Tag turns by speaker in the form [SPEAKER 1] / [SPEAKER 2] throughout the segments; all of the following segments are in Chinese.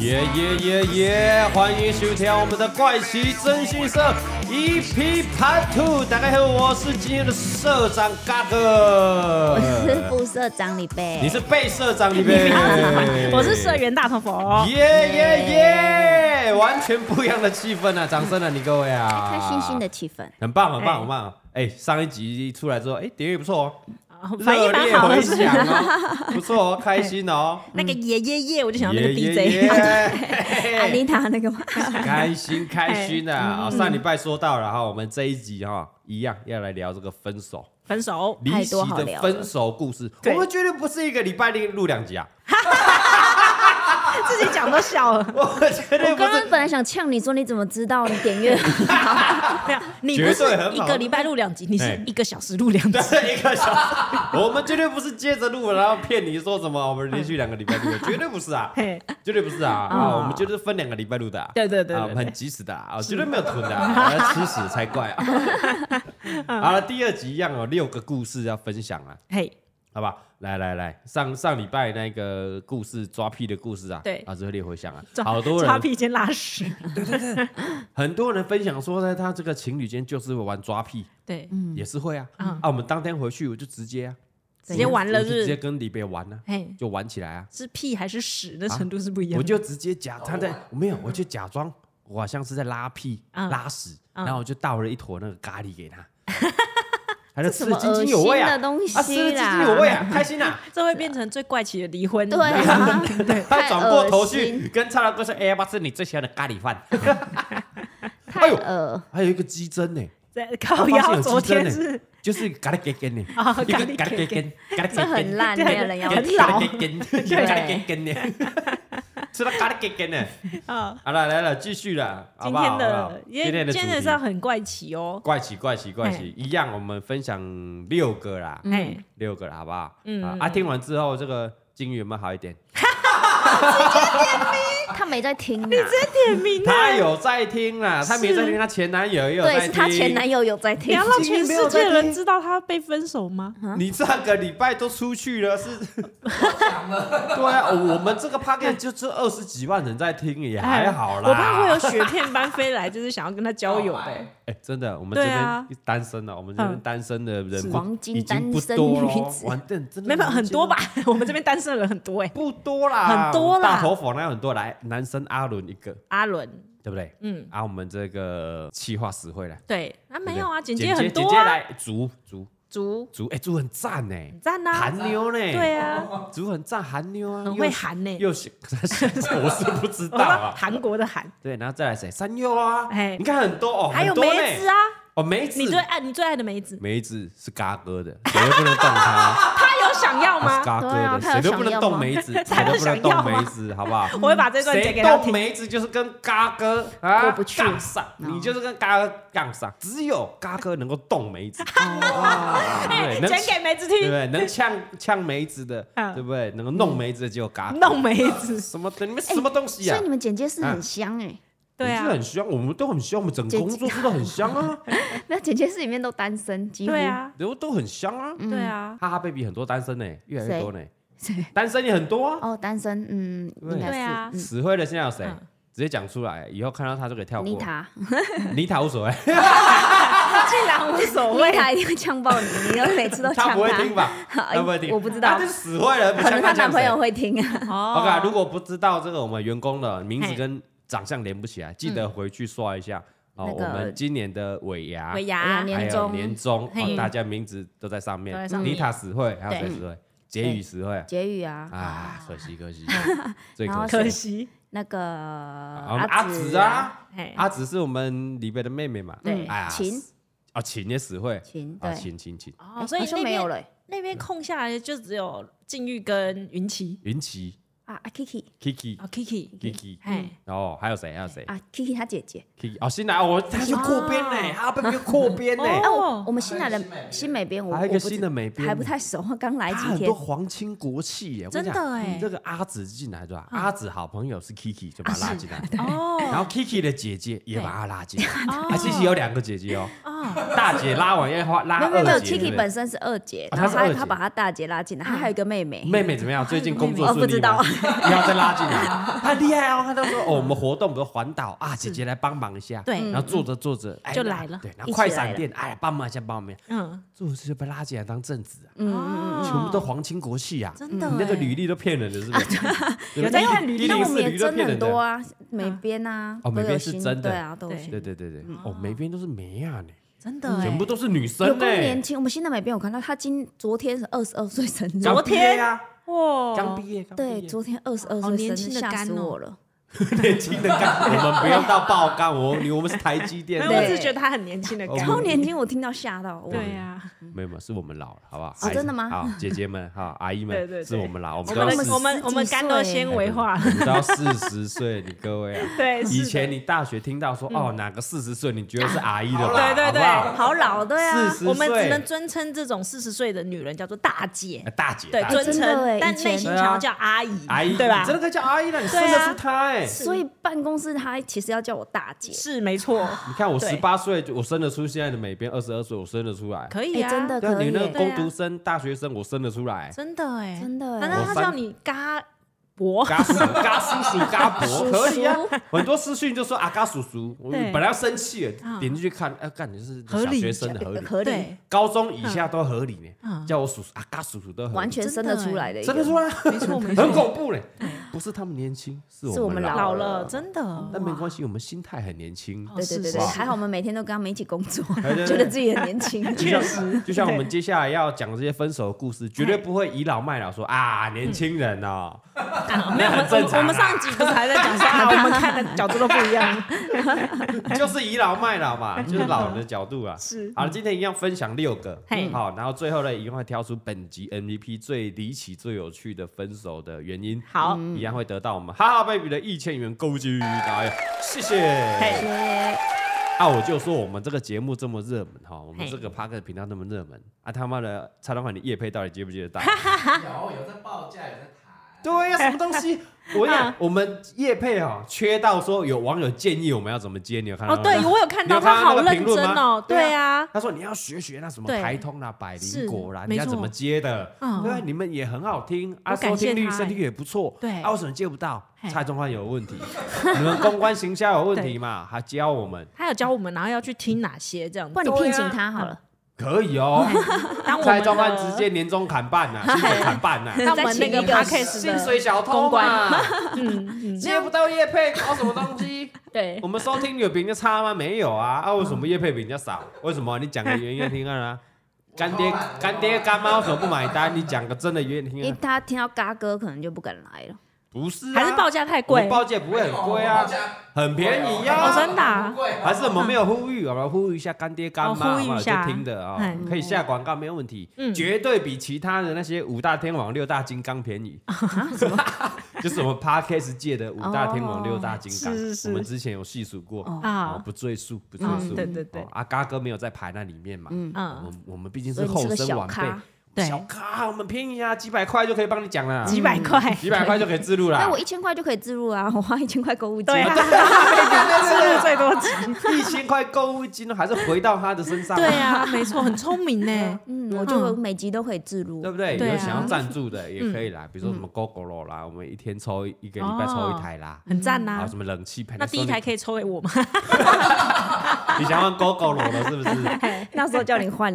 [SPEAKER 1] 耶耶耶耶！欢迎收听我们的怪奇真心社 EP Part Two。大家好，我是今天的社长嘎
[SPEAKER 2] 呃
[SPEAKER 1] 哥，
[SPEAKER 2] 副社长李贝，
[SPEAKER 1] 你是被社长你呗？
[SPEAKER 3] 我是社员大头佛。
[SPEAKER 1] 耶耶耶！完全不一样的气氛啊！掌声啊，你各位
[SPEAKER 3] 哎
[SPEAKER 1] 啊！
[SPEAKER 2] 开开心心的，气氛，
[SPEAKER 1] 很棒，很棒，很棒！哎，上一集一出来之后，哎，点阅不错哦，
[SPEAKER 3] 反 应
[SPEAKER 1] 热
[SPEAKER 3] 蛮
[SPEAKER 1] 烈
[SPEAKER 3] 好
[SPEAKER 1] 回
[SPEAKER 3] 的，是
[SPEAKER 1] 响 哦，不错哦，开心哦！
[SPEAKER 3] 那个耶耶耶，我就想到那个啊
[SPEAKER 1] 耶 耶
[SPEAKER 3] DJ。啊
[SPEAKER 1] 耶！
[SPEAKER 2] 安妮塔那个吗？
[SPEAKER 1] 开心开心的啊！啊上礼拜说到了哈，我们这一集哈一样要来聊这个分手
[SPEAKER 3] 分手，
[SPEAKER 1] 离
[SPEAKER 2] 太
[SPEAKER 1] 奇
[SPEAKER 2] 多好
[SPEAKER 1] 的
[SPEAKER 2] 聊了
[SPEAKER 1] 分手故事。我
[SPEAKER 3] 对
[SPEAKER 1] 们绝对不是一个礼拜六录两集啊，
[SPEAKER 3] 自己讲都笑了。
[SPEAKER 1] 我们绝对不
[SPEAKER 2] 我刚
[SPEAKER 1] 是
[SPEAKER 2] 刚本来想呛你说你怎么知道你点阅
[SPEAKER 3] 没有，你
[SPEAKER 1] 绝
[SPEAKER 3] 不
[SPEAKER 1] 对
[SPEAKER 3] 是
[SPEAKER 1] 很
[SPEAKER 3] 一
[SPEAKER 1] 好
[SPEAKER 3] 个礼拜录两集，你
[SPEAKER 1] 哎
[SPEAKER 3] 是一个小时 录两集。
[SPEAKER 1] 一个小时， 我们绝对不是接着录，然后骗你说什么我们连续两个礼拜录，绝对不是 啊，
[SPEAKER 3] 嘿，
[SPEAKER 1] 绝对不是啊啊！我们绝对是分两个礼拜录的啊，
[SPEAKER 3] 对对对
[SPEAKER 1] 啊，我
[SPEAKER 3] 对
[SPEAKER 1] 们
[SPEAKER 3] 对
[SPEAKER 1] 很及时的啊，绝对没有囤的啊，要吃屎才怪啊！好了，第二集一样哦，六个故事要分享啊。
[SPEAKER 3] 嘿，
[SPEAKER 1] 好吧，来来来，上上礼拜那个故事抓屁的故事啊，
[SPEAKER 3] 对
[SPEAKER 1] 啊，热烈回响啊，
[SPEAKER 3] 抓
[SPEAKER 1] 好多
[SPEAKER 3] 抓
[SPEAKER 1] 人，
[SPEAKER 3] 屁先拉屎。
[SPEAKER 1] 很多人分享说呢，他这个情侣间就是会玩抓屁，
[SPEAKER 3] 对，
[SPEAKER 1] 也是会啊，
[SPEAKER 3] 嗯
[SPEAKER 1] 啊，我们当天回去我就直接啊，
[SPEAKER 3] 直接玩了
[SPEAKER 1] 我就是
[SPEAKER 3] 不
[SPEAKER 1] 直接
[SPEAKER 3] 是？
[SPEAKER 1] 跟李贝玩啊，
[SPEAKER 3] 嘿，
[SPEAKER 1] 就玩起来啊，
[SPEAKER 3] 是屁还是屎的程度是不一样
[SPEAKER 1] 我
[SPEAKER 3] 的。
[SPEAKER 1] 就直接假他在我没有，我就假装我好像是在拉屁
[SPEAKER 3] 嗯
[SPEAKER 1] 拉屎，
[SPEAKER 3] 嗯
[SPEAKER 1] 然后我就倒了一坨那个咖喱 给他，他就
[SPEAKER 2] 这
[SPEAKER 1] 吃
[SPEAKER 2] 什
[SPEAKER 1] 的
[SPEAKER 2] 么
[SPEAKER 1] 津津有味
[SPEAKER 2] 恶
[SPEAKER 1] 啊
[SPEAKER 2] 心的东，西
[SPEAKER 1] 啊，吃的津津
[SPEAKER 2] 啦
[SPEAKER 1] 有味啊，开心啊。
[SPEAKER 3] 这会变成最怪奇的离婚。
[SPEAKER 2] 对 啊，
[SPEAKER 1] 他
[SPEAKER 2] 太
[SPEAKER 1] 转过头
[SPEAKER 2] 恶
[SPEAKER 1] 去
[SPEAKER 2] 心
[SPEAKER 1] 跟蔡老哥说：“哎、要不要吃你最喜欢的咖喱饭？”
[SPEAKER 2] 太
[SPEAKER 1] 呦
[SPEAKER 2] 恶，
[SPEAKER 1] 还有一个鸡胗呢，
[SPEAKER 3] 在
[SPEAKER 1] 他发
[SPEAKER 3] 靠
[SPEAKER 1] 现
[SPEAKER 3] 腰，
[SPEAKER 1] 有
[SPEAKER 3] 昨
[SPEAKER 1] 鸡胗
[SPEAKER 3] 天
[SPEAKER 1] 呢
[SPEAKER 3] 是
[SPEAKER 1] 就是咖喱鸡根呢，
[SPEAKER 3] 哦
[SPEAKER 1] 一个咖
[SPEAKER 3] 咖
[SPEAKER 1] 喱
[SPEAKER 3] 喱鸡
[SPEAKER 1] 鸡根，咖喱鸡
[SPEAKER 2] 这很烂，没有人要
[SPEAKER 3] 对
[SPEAKER 2] 听。
[SPEAKER 3] 很老
[SPEAKER 1] 咖喱鸡根，咖喱鸡根呢，吃到咖喱鸡根呢。
[SPEAKER 3] 啊，
[SPEAKER 1] 好了，来了，继续了，好
[SPEAKER 3] 今
[SPEAKER 1] 不好
[SPEAKER 3] 天
[SPEAKER 1] 好不好
[SPEAKER 3] 的，因
[SPEAKER 1] 今
[SPEAKER 3] 为
[SPEAKER 1] 天的
[SPEAKER 3] 今
[SPEAKER 1] 主
[SPEAKER 3] 天的
[SPEAKER 1] 题
[SPEAKER 3] 是很怪 奇哦。
[SPEAKER 1] 怪奇怪奇怪奇，一样，我们分享六个啦，
[SPEAKER 3] 哎，
[SPEAKER 1] 六个啦，好不好？
[SPEAKER 3] 嗯
[SPEAKER 1] 啊，啊听完之后，这个金鱼有没有好一点？
[SPEAKER 2] 他没在听啊，
[SPEAKER 3] 点名啊！
[SPEAKER 1] 她有在听啦，她没在听，她前男友也有在
[SPEAKER 2] 对，是
[SPEAKER 1] 听，
[SPEAKER 2] 他前男友有在
[SPEAKER 3] 你
[SPEAKER 2] 听
[SPEAKER 3] 要。让全世界的人知道他被分手吗？
[SPEAKER 1] 你上个礼拜都出去了，是？对啊，我们这个 p o c k e t 就这二十几万人在听，也
[SPEAKER 3] 哎
[SPEAKER 1] 还好啦。
[SPEAKER 3] 我怕会有雪片般飞来，就是想要跟他交友的。
[SPEAKER 1] 哎，真的，我们这
[SPEAKER 3] 对
[SPEAKER 1] 边
[SPEAKER 3] 啊
[SPEAKER 1] 单身了，我们这边
[SPEAKER 3] 嗯
[SPEAKER 1] 单身的人不
[SPEAKER 2] 黄金
[SPEAKER 1] 已经不
[SPEAKER 2] 单身
[SPEAKER 1] 多
[SPEAKER 2] 女
[SPEAKER 1] 了
[SPEAKER 2] 子
[SPEAKER 1] 完蛋，真的
[SPEAKER 3] 没有没
[SPEAKER 1] 黄
[SPEAKER 3] 有
[SPEAKER 1] 金
[SPEAKER 3] 很多吧？ 我们这边单身的人很多哎、
[SPEAKER 1] 不多啦，
[SPEAKER 3] 很多啦
[SPEAKER 1] 大头佛那有很多来，男生阿伦一个，
[SPEAKER 3] 阿伦，
[SPEAKER 1] 对不对？
[SPEAKER 3] 嗯，
[SPEAKER 1] 啊，我们这个气化实惠了，
[SPEAKER 3] 对，啊
[SPEAKER 1] 对不对
[SPEAKER 3] 没有啊，
[SPEAKER 1] 姐
[SPEAKER 3] 简介很
[SPEAKER 1] 姐
[SPEAKER 3] 多
[SPEAKER 1] 姐
[SPEAKER 3] 啊，
[SPEAKER 1] 来竹竹
[SPEAKER 3] 竹
[SPEAKER 1] 竹，哎，竹很赞呢，
[SPEAKER 3] 赞啊，
[SPEAKER 1] 韩妞呢？
[SPEAKER 3] 对，啊，
[SPEAKER 1] 竹很赞，韩妞啊，又
[SPEAKER 3] 很会韩呢、
[SPEAKER 1] 又是，我是不知
[SPEAKER 3] 我
[SPEAKER 1] 道
[SPEAKER 3] 说
[SPEAKER 1] 啊。
[SPEAKER 3] 韩国的韩，
[SPEAKER 1] 对，然后再来谁？山优啊，
[SPEAKER 3] 哎
[SPEAKER 1] 你看很多哦，
[SPEAKER 3] 还有
[SPEAKER 1] 很多呢
[SPEAKER 3] 梅子啊，
[SPEAKER 1] 哦，梅子，
[SPEAKER 3] 你最爱你最爱的梅子，
[SPEAKER 1] 梅子是嘎哥的，谁都不能动 他，
[SPEAKER 3] 他有想要
[SPEAKER 1] 他是
[SPEAKER 3] 吗？
[SPEAKER 1] 嘎哥
[SPEAKER 2] 对啊
[SPEAKER 1] 的，谁
[SPEAKER 2] 他有
[SPEAKER 1] 都不能动梅 子，谁
[SPEAKER 3] 想
[SPEAKER 1] 都
[SPEAKER 3] 要吗
[SPEAKER 1] 不能动梅子，好不好？
[SPEAKER 3] 我会把这段截
[SPEAKER 1] 谁
[SPEAKER 3] 给他
[SPEAKER 1] 动
[SPEAKER 3] 听。
[SPEAKER 1] 梅子就是跟嘎哥啊
[SPEAKER 2] 过不去
[SPEAKER 1] 杠上，
[SPEAKER 3] 哦
[SPEAKER 1] 你就是跟嘎哥杠上，只有嘎哥能够动梅 子，对
[SPEAKER 3] 哎，
[SPEAKER 1] 不对？能
[SPEAKER 3] 剪给梅子
[SPEAKER 1] 对不
[SPEAKER 3] 听，
[SPEAKER 1] 对？能呛呛梅子的，
[SPEAKER 3] 嗯
[SPEAKER 1] 对不对？能够弄梅子的只有嘎哥。
[SPEAKER 3] 弄梅子，哎
[SPEAKER 1] 什么的？你们什么东西
[SPEAKER 2] 所
[SPEAKER 1] 啊
[SPEAKER 2] 以？你们简介是很香哎，
[SPEAKER 3] 对
[SPEAKER 1] 你
[SPEAKER 3] 啊
[SPEAKER 1] 是，很香，我们都很香，我们整个
[SPEAKER 2] 姐姐
[SPEAKER 1] 工作室都很香啊。
[SPEAKER 2] 那简介室里面都单身，几乎
[SPEAKER 3] 对啊，
[SPEAKER 1] 都都很香啊。
[SPEAKER 2] 嗯
[SPEAKER 3] 对啊，
[SPEAKER 1] 哈哈 baby 很多单身呢、越来越
[SPEAKER 2] 谁
[SPEAKER 1] 多呢、
[SPEAKER 2] 谁
[SPEAKER 1] 单身也很多啊。
[SPEAKER 2] 哦，单身，嗯，
[SPEAKER 1] 对
[SPEAKER 2] 应该
[SPEAKER 3] 对啊
[SPEAKER 2] 是
[SPEAKER 1] 死灰的现在有谁？
[SPEAKER 3] 嗯
[SPEAKER 1] 直接讲出来，以后看到他就给跳
[SPEAKER 2] 嗯
[SPEAKER 1] 过。
[SPEAKER 2] 妮，塔，
[SPEAKER 1] 妮塔无所谓，
[SPEAKER 3] 竟然无所
[SPEAKER 2] 妮
[SPEAKER 3] 谓，
[SPEAKER 2] 塔一定会呛爆你，你又每 次都
[SPEAKER 1] 他
[SPEAKER 2] 呛
[SPEAKER 1] 不会听 吧？
[SPEAKER 2] 好
[SPEAKER 1] 他不会听，
[SPEAKER 2] 哎我不知道
[SPEAKER 1] 他就是死灰人，不
[SPEAKER 2] 可能
[SPEAKER 1] 像
[SPEAKER 2] 她
[SPEAKER 1] 他
[SPEAKER 2] 男朋友
[SPEAKER 1] 会。
[SPEAKER 2] 会听 啊。
[SPEAKER 3] 哦
[SPEAKER 1] OK，如果不知道这个我们员工的名字
[SPEAKER 3] 嘿
[SPEAKER 1] 跟长相连不起来，记得回去刷一下。哦，
[SPEAKER 2] 嗯那
[SPEAKER 1] 我
[SPEAKER 2] 个
[SPEAKER 1] 们今年的尾牙、
[SPEAKER 2] 哎
[SPEAKER 3] 尾
[SPEAKER 2] 呀
[SPEAKER 3] 牙
[SPEAKER 2] 你
[SPEAKER 1] 还
[SPEAKER 2] 年
[SPEAKER 1] 有
[SPEAKER 2] 终
[SPEAKER 1] 年终，哦
[SPEAKER 3] 嘿
[SPEAKER 1] 大家名字都在上
[SPEAKER 3] 都在
[SPEAKER 1] 面。
[SPEAKER 3] 上
[SPEAKER 1] 妮
[SPEAKER 3] 面
[SPEAKER 1] 塔死灰，还有谁
[SPEAKER 3] 对
[SPEAKER 1] 死灰？杰宇死灰。
[SPEAKER 2] 结语啊，
[SPEAKER 1] 啊，可惜 可惜，最
[SPEAKER 2] 然后
[SPEAKER 1] 可惜
[SPEAKER 2] 谁
[SPEAKER 3] 可惜，
[SPEAKER 2] 那个
[SPEAKER 1] 啊我们阿紫啊，
[SPEAKER 3] 哎，
[SPEAKER 1] 阿紫是我们李贝的妹妹嘛？
[SPEAKER 2] 对
[SPEAKER 1] 哎呀，
[SPEAKER 2] 琴
[SPEAKER 1] 啊，琴也死会，
[SPEAKER 2] 琴
[SPEAKER 1] 啊，
[SPEAKER 2] 对，
[SPEAKER 1] 琴琴琴，
[SPEAKER 3] 哦
[SPEAKER 2] 哎
[SPEAKER 3] 所以
[SPEAKER 2] 好
[SPEAKER 3] 那
[SPEAKER 2] 像
[SPEAKER 3] 边
[SPEAKER 2] 没有了欸
[SPEAKER 3] 那边空下来就只有禁欲跟云奇
[SPEAKER 1] 云奇
[SPEAKER 2] 啊啊 Kiki
[SPEAKER 1] Kiki
[SPEAKER 3] 啊，Kiki，
[SPEAKER 1] Kiki，
[SPEAKER 3] 哎，
[SPEAKER 1] 然后还有谁？还有谁
[SPEAKER 2] 啊 Kiki 她姐姐，
[SPEAKER 1] ？Kiki 哦，新来哦，他去扩编呢，他被别扩编呢，
[SPEAKER 3] 哦
[SPEAKER 2] 啊我我们新来的新美编，我
[SPEAKER 1] 还有一个
[SPEAKER 2] 我不知
[SPEAKER 1] 新的美编，
[SPEAKER 2] 还不太熟，刚来
[SPEAKER 1] 他
[SPEAKER 2] 几
[SPEAKER 1] 很
[SPEAKER 2] 天
[SPEAKER 1] 多，皇亲国戚耶，我跟
[SPEAKER 3] 真
[SPEAKER 1] 你
[SPEAKER 3] 的
[SPEAKER 1] 讲嗯
[SPEAKER 3] 哎
[SPEAKER 1] 这个阿紫进来对吧？
[SPEAKER 2] 啊
[SPEAKER 1] 阿紫好朋友是 Kiki，就把他拉进来，
[SPEAKER 3] 哦，
[SPEAKER 1] 然后 Kiki 的姐姐也把他拉进来，
[SPEAKER 3] 哦
[SPEAKER 1] 啊，Kiki 有两个姐姐哦，
[SPEAKER 3] 啊，
[SPEAKER 1] 大姐拉完要花拉
[SPEAKER 2] 没有没有没有
[SPEAKER 1] 二姐对不
[SPEAKER 2] ，Kiki
[SPEAKER 1] 对
[SPEAKER 2] 本身是二姐，
[SPEAKER 1] 啊
[SPEAKER 2] 然
[SPEAKER 1] 她
[SPEAKER 2] 后
[SPEAKER 1] 是二
[SPEAKER 2] 她
[SPEAKER 1] 姐
[SPEAKER 2] 她把她大姐拉进来，她还有一个妹 妹。
[SPEAKER 1] 妹妹怎么样？最近工作
[SPEAKER 2] 哦
[SPEAKER 1] 顺
[SPEAKER 2] 不
[SPEAKER 1] 利
[SPEAKER 2] 知
[SPEAKER 1] 吗？
[SPEAKER 2] 道
[SPEAKER 1] 不 要再拉进 来，她很厉害哦。她都说哦，我们活动比如环岛啊，姐姐来帮忙一下。
[SPEAKER 3] 对
[SPEAKER 1] 然后做着做着哎
[SPEAKER 3] 就来了
[SPEAKER 1] 对，然后
[SPEAKER 2] 一起
[SPEAKER 1] 快
[SPEAKER 2] 嗯来
[SPEAKER 1] 闪
[SPEAKER 2] 了
[SPEAKER 1] 店，哎，帮忙一下，帮忙一下，
[SPEAKER 3] 嗯，哦
[SPEAKER 1] 做着做着被拉进来当正子啊，
[SPEAKER 2] 嗯嗯嗯，
[SPEAKER 1] 全部都皇亲国戚啊。
[SPEAKER 3] 真的
[SPEAKER 1] 你那个
[SPEAKER 3] 欸
[SPEAKER 1] 履历都骗人的，是不
[SPEAKER 2] 啊
[SPEAKER 1] 是？ 对
[SPEAKER 3] 有在看履历
[SPEAKER 1] 104
[SPEAKER 2] 但我们也
[SPEAKER 1] 履历都
[SPEAKER 2] 真的
[SPEAKER 1] 骗人
[SPEAKER 2] 很
[SPEAKER 1] 的
[SPEAKER 2] 多。啊，美编啊，
[SPEAKER 1] 哦
[SPEAKER 2] 都
[SPEAKER 1] 美
[SPEAKER 2] 有
[SPEAKER 1] 编是
[SPEAKER 2] 新
[SPEAKER 1] 真的
[SPEAKER 2] 对啊，都有
[SPEAKER 3] 对
[SPEAKER 2] 新
[SPEAKER 1] 对对对对，哦，每边都是美亚呢，
[SPEAKER 3] 真
[SPEAKER 2] 嗯
[SPEAKER 3] 的
[SPEAKER 1] 全
[SPEAKER 3] 哎
[SPEAKER 1] 部，都是女
[SPEAKER 2] 有
[SPEAKER 1] 生
[SPEAKER 2] 够
[SPEAKER 1] 呢。
[SPEAKER 2] 年轻。我们新的美编，我看到她今昨天是二十二岁生日，
[SPEAKER 1] 刚
[SPEAKER 3] 昨
[SPEAKER 1] 毕业
[SPEAKER 3] 天哦
[SPEAKER 1] 啊，
[SPEAKER 3] 哇
[SPEAKER 1] 刚毕业，刚毕
[SPEAKER 2] 对，
[SPEAKER 1] 业
[SPEAKER 2] 昨天二十二
[SPEAKER 3] 好
[SPEAKER 2] 岁生
[SPEAKER 3] 年轻
[SPEAKER 2] 日，
[SPEAKER 3] 的
[SPEAKER 2] 吓
[SPEAKER 3] 肝
[SPEAKER 2] 死
[SPEAKER 3] 哦
[SPEAKER 2] 我了。
[SPEAKER 1] 年轻的 干，我们不用到爆肝，我你我们是台积电的，
[SPEAKER 3] 没有，我只是觉得他很年轻的
[SPEAKER 1] 哦
[SPEAKER 3] 感
[SPEAKER 2] 超年轻，我嗯听到吓到我。
[SPEAKER 3] 对啊呀，
[SPEAKER 1] 没有没有，是我们老了，好不好？
[SPEAKER 2] 哦真的吗
[SPEAKER 1] 啊，姐姐们哈，阿姨
[SPEAKER 3] 对
[SPEAKER 1] 们，
[SPEAKER 3] 对对
[SPEAKER 1] 是我们老，我们
[SPEAKER 3] 我
[SPEAKER 1] 都要
[SPEAKER 3] 们
[SPEAKER 1] 四
[SPEAKER 3] 的
[SPEAKER 1] 十
[SPEAKER 3] 我们我们肝都
[SPEAKER 2] 欸
[SPEAKER 3] 纤维化，
[SPEAKER 1] 我们都要四十岁，你各位啊。
[SPEAKER 3] 对，是
[SPEAKER 1] 以
[SPEAKER 3] 的
[SPEAKER 1] 前你大学听到说哦哪个四十岁，你觉得是阿姨的吧？
[SPEAKER 3] 对 对对
[SPEAKER 1] 好不好
[SPEAKER 2] 好老，对啊
[SPEAKER 1] 40，
[SPEAKER 3] 我们只能
[SPEAKER 1] 岁
[SPEAKER 3] 尊称这种四十岁的女人叫做大姐
[SPEAKER 1] 哎，大姐，
[SPEAKER 3] 对，
[SPEAKER 1] 大姐
[SPEAKER 3] 尊
[SPEAKER 2] 真的
[SPEAKER 3] 称
[SPEAKER 2] 欸，
[SPEAKER 3] 但
[SPEAKER 2] 以前
[SPEAKER 3] 内心想要叫阿姨，
[SPEAKER 1] 阿姨，
[SPEAKER 3] 对吧
[SPEAKER 1] 你真？的可以叫阿姨了，你
[SPEAKER 3] 对
[SPEAKER 1] 生
[SPEAKER 3] 啊
[SPEAKER 1] 得出她哎。
[SPEAKER 2] 所以办公室她其实要叫我大姐，
[SPEAKER 3] 是没 错，
[SPEAKER 1] 你看我
[SPEAKER 3] 对
[SPEAKER 1] 十八岁，就我生得出现在的美编，二十二岁我生得出来。
[SPEAKER 3] 可以
[SPEAKER 2] 哎，
[SPEAKER 3] 啊，
[SPEAKER 2] 真的
[SPEAKER 1] 对啊，
[SPEAKER 2] 可
[SPEAKER 1] 你
[SPEAKER 2] 以
[SPEAKER 1] 那个
[SPEAKER 2] 耶，
[SPEAKER 1] 工读生、大学生，我生得出来。
[SPEAKER 3] 真的哎，
[SPEAKER 2] 真的欸
[SPEAKER 3] 反
[SPEAKER 2] 耶。
[SPEAKER 3] 正
[SPEAKER 1] 我
[SPEAKER 3] 他
[SPEAKER 1] 翻
[SPEAKER 3] 叫你嘎伯，
[SPEAKER 1] 嘎叔、嘎叔叔、嘎伯
[SPEAKER 2] 叔
[SPEAKER 1] 可以啊
[SPEAKER 2] 叔。
[SPEAKER 1] 很多私讯就说啊，嘎叔叔，我
[SPEAKER 3] 对
[SPEAKER 1] 本来要生气了，
[SPEAKER 3] 嗯
[SPEAKER 1] 点进去看，哎，干你是
[SPEAKER 3] 合
[SPEAKER 1] 小
[SPEAKER 3] 理
[SPEAKER 1] 学生的合理，
[SPEAKER 2] 合理，
[SPEAKER 3] 对，
[SPEAKER 1] 高中以下都合理呢，
[SPEAKER 3] 嗯
[SPEAKER 1] 叫我叔叔啊，嘎叔叔都合
[SPEAKER 2] 完
[SPEAKER 1] 理，
[SPEAKER 2] 全生得出来的一
[SPEAKER 1] 真的
[SPEAKER 2] 个。
[SPEAKER 1] 出来，
[SPEAKER 3] 没错没
[SPEAKER 1] 很
[SPEAKER 3] 错，
[SPEAKER 1] 恐怖嘞。不是他们年轻，是
[SPEAKER 2] 是我
[SPEAKER 1] 们
[SPEAKER 2] 们
[SPEAKER 1] 老
[SPEAKER 3] 老哦
[SPEAKER 1] 了。
[SPEAKER 3] 了，真的，哦
[SPEAKER 1] 但没关系，我们心态很年轻。
[SPEAKER 2] 对对对
[SPEAKER 1] 是
[SPEAKER 2] 对，
[SPEAKER 1] 是
[SPEAKER 2] 还好我们每天都跟他们一起工作，
[SPEAKER 1] 哎对对
[SPEAKER 2] 觉得自己很年轻。
[SPEAKER 1] 就像就像我们接下来要讲这些分手的故事，绝对不会倚老卖老说啊，年轻人哦，
[SPEAKER 3] 啊没有，我
[SPEAKER 1] 那
[SPEAKER 3] 们
[SPEAKER 1] 很
[SPEAKER 3] 我
[SPEAKER 1] 正
[SPEAKER 3] 们
[SPEAKER 1] 常啊
[SPEAKER 3] 我们上集不是还在 讲说啊，我们看的角度都不一 样，
[SPEAKER 1] 就是倚老卖老 嘛，就是老人的角度啊。
[SPEAKER 3] 是
[SPEAKER 1] 好了，今天一样分享六个
[SPEAKER 3] 嘿，
[SPEAKER 1] 好，然后最后呢，一样会挑出本集 MVP 最离奇、最有趣的分手的原因，嗯
[SPEAKER 3] 好，嗯
[SPEAKER 1] 一样会得到我们哈哈 baby 的一千元购物金，大家谢谢。
[SPEAKER 3] 嘿
[SPEAKER 2] 耶
[SPEAKER 1] 啊，我就说我们这个节目这么热门哈，我们
[SPEAKER 3] 嘿
[SPEAKER 1] 这个 p a r k 频道那么热门啊，他妈的蔡老板你夜配到底接不接得到？
[SPEAKER 4] 有有在报价，有在谈。
[SPEAKER 1] 对呀、什么东 西？我跟你
[SPEAKER 3] 啊
[SPEAKER 1] 讲，我们叶配哦，缺到说有网友建议我们要怎么接，你有看到
[SPEAKER 3] 哦，
[SPEAKER 1] 吗？
[SPEAKER 3] 对我有看
[SPEAKER 1] 你
[SPEAKER 3] 到
[SPEAKER 1] 有看
[SPEAKER 3] 他
[SPEAKER 1] 到
[SPEAKER 3] 好
[SPEAKER 1] 那个评
[SPEAKER 3] 认
[SPEAKER 1] 论
[SPEAKER 3] 真
[SPEAKER 1] 吗
[SPEAKER 3] 哦，对啊，
[SPEAKER 1] 他说你要学学那什么
[SPEAKER 3] 对
[SPEAKER 1] 台通啦、百灵
[SPEAKER 3] 是
[SPEAKER 1] 果啦，
[SPEAKER 3] 没
[SPEAKER 1] 你要
[SPEAKER 3] 错
[SPEAKER 1] 怎么接的？
[SPEAKER 3] 嗯
[SPEAKER 1] 对啊，你们也很好听啊，
[SPEAKER 3] 我
[SPEAKER 1] 收
[SPEAKER 3] 感谢
[SPEAKER 1] 听率、
[SPEAKER 3] 他
[SPEAKER 1] 收听率也不错。
[SPEAKER 3] 对
[SPEAKER 1] 啊，为什么接不到？
[SPEAKER 3] 嘿
[SPEAKER 1] 蔡中汉有问题， 你们公关行销有问题嘛？还教我们
[SPEAKER 3] 他有教我们，然后要去听哪些这样
[SPEAKER 2] 不
[SPEAKER 3] 子，
[SPEAKER 2] 然
[SPEAKER 3] 嗯
[SPEAKER 2] 你聘
[SPEAKER 1] 啊
[SPEAKER 2] 请他好 了，
[SPEAKER 1] 可以哦。
[SPEAKER 3] 当 我
[SPEAKER 1] 蔡
[SPEAKER 3] 们
[SPEAKER 1] 中汉
[SPEAKER 3] 的
[SPEAKER 1] 直接年终砍半呐，薪水砍半呐，啊
[SPEAKER 3] 当我啊们那
[SPEAKER 2] 再请一
[SPEAKER 3] 个
[SPEAKER 2] 个
[SPEAKER 3] podcast
[SPEAKER 1] 薪
[SPEAKER 3] 的，
[SPEAKER 1] 水小偷
[SPEAKER 3] 公
[SPEAKER 1] 嘛
[SPEAKER 3] 关， 嗯，嗯
[SPEAKER 1] 接不到叶配搞什么东西？
[SPEAKER 3] 对
[SPEAKER 1] 我，们收听率有比人家差吗？没有啊，啊，为什么叶配比人家少？为什么？你讲个原因听看啊。干爹干爹干妈为什么不买单？你讲个真的原因
[SPEAKER 2] 因为
[SPEAKER 1] 听啊。
[SPEAKER 2] 他听到嘎哥可能就不敢来了。
[SPEAKER 1] 不是、啊，
[SPEAKER 3] 还是报价太
[SPEAKER 1] 我们
[SPEAKER 3] 贵，
[SPEAKER 1] 报价不会很贵
[SPEAKER 5] 哦
[SPEAKER 1] 啊，很便宜呀、
[SPEAKER 3] 哦真的啊
[SPEAKER 4] 贵
[SPEAKER 1] 还是我们没有呼吁，我们呼吁一下干爹干妈，
[SPEAKER 3] 哦呼
[SPEAKER 1] 好
[SPEAKER 3] 吁
[SPEAKER 1] 不好
[SPEAKER 3] 一下
[SPEAKER 1] 就听的啊、
[SPEAKER 3] 嗯
[SPEAKER 1] 可以下广告没有问题，
[SPEAKER 3] 嗯
[SPEAKER 1] 绝对比其他的那些五大天王六大金刚便 宜。 就是我们 podcast 界的五大天王
[SPEAKER 2] 哦
[SPEAKER 1] 六大金刚，
[SPEAKER 3] 是是是
[SPEAKER 1] 我们之前有细数过
[SPEAKER 3] 啊
[SPEAKER 1] 哦不赘述，不赘述。
[SPEAKER 3] 嗯对对对
[SPEAKER 1] 哦啊，嘎哥没有在排那里面嘛，我
[SPEAKER 3] 嗯，
[SPEAKER 1] 们我们毕竟是
[SPEAKER 2] 所以你是
[SPEAKER 1] 后
[SPEAKER 2] 个
[SPEAKER 1] 生
[SPEAKER 2] 小
[SPEAKER 1] 晚
[SPEAKER 2] 咖
[SPEAKER 1] 辈，
[SPEAKER 3] 对
[SPEAKER 1] 小咖，我们便宜啊，几百块就可以帮你讲了，
[SPEAKER 3] 几百块，
[SPEAKER 1] 嗯几百块就可以自录啦
[SPEAKER 2] 那。哎我一千块就可以自入啊，我花一千块购物金。
[SPEAKER 3] 对啊， 吃入最多集。
[SPEAKER 1] 一千块购物金还是回到他的身上，
[SPEAKER 3] 对啊，没错，很聪明呢。
[SPEAKER 2] 嗯，我就每集都可以自入
[SPEAKER 1] 对。不对？
[SPEAKER 3] 对啊嗯
[SPEAKER 1] 有想要赞助的也可以啦，比如说什么 GoGo 啦，我们一天抽一个礼拜抽一台啦。
[SPEAKER 3] 很赞
[SPEAKER 1] 还有
[SPEAKER 3] 呐
[SPEAKER 1] 什。么冷气盆？
[SPEAKER 3] 哦啊那第一台可以抽给我吗？
[SPEAKER 1] 你想换 GoGo 了是不 是？
[SPEAKER 2] 那时候叫你换，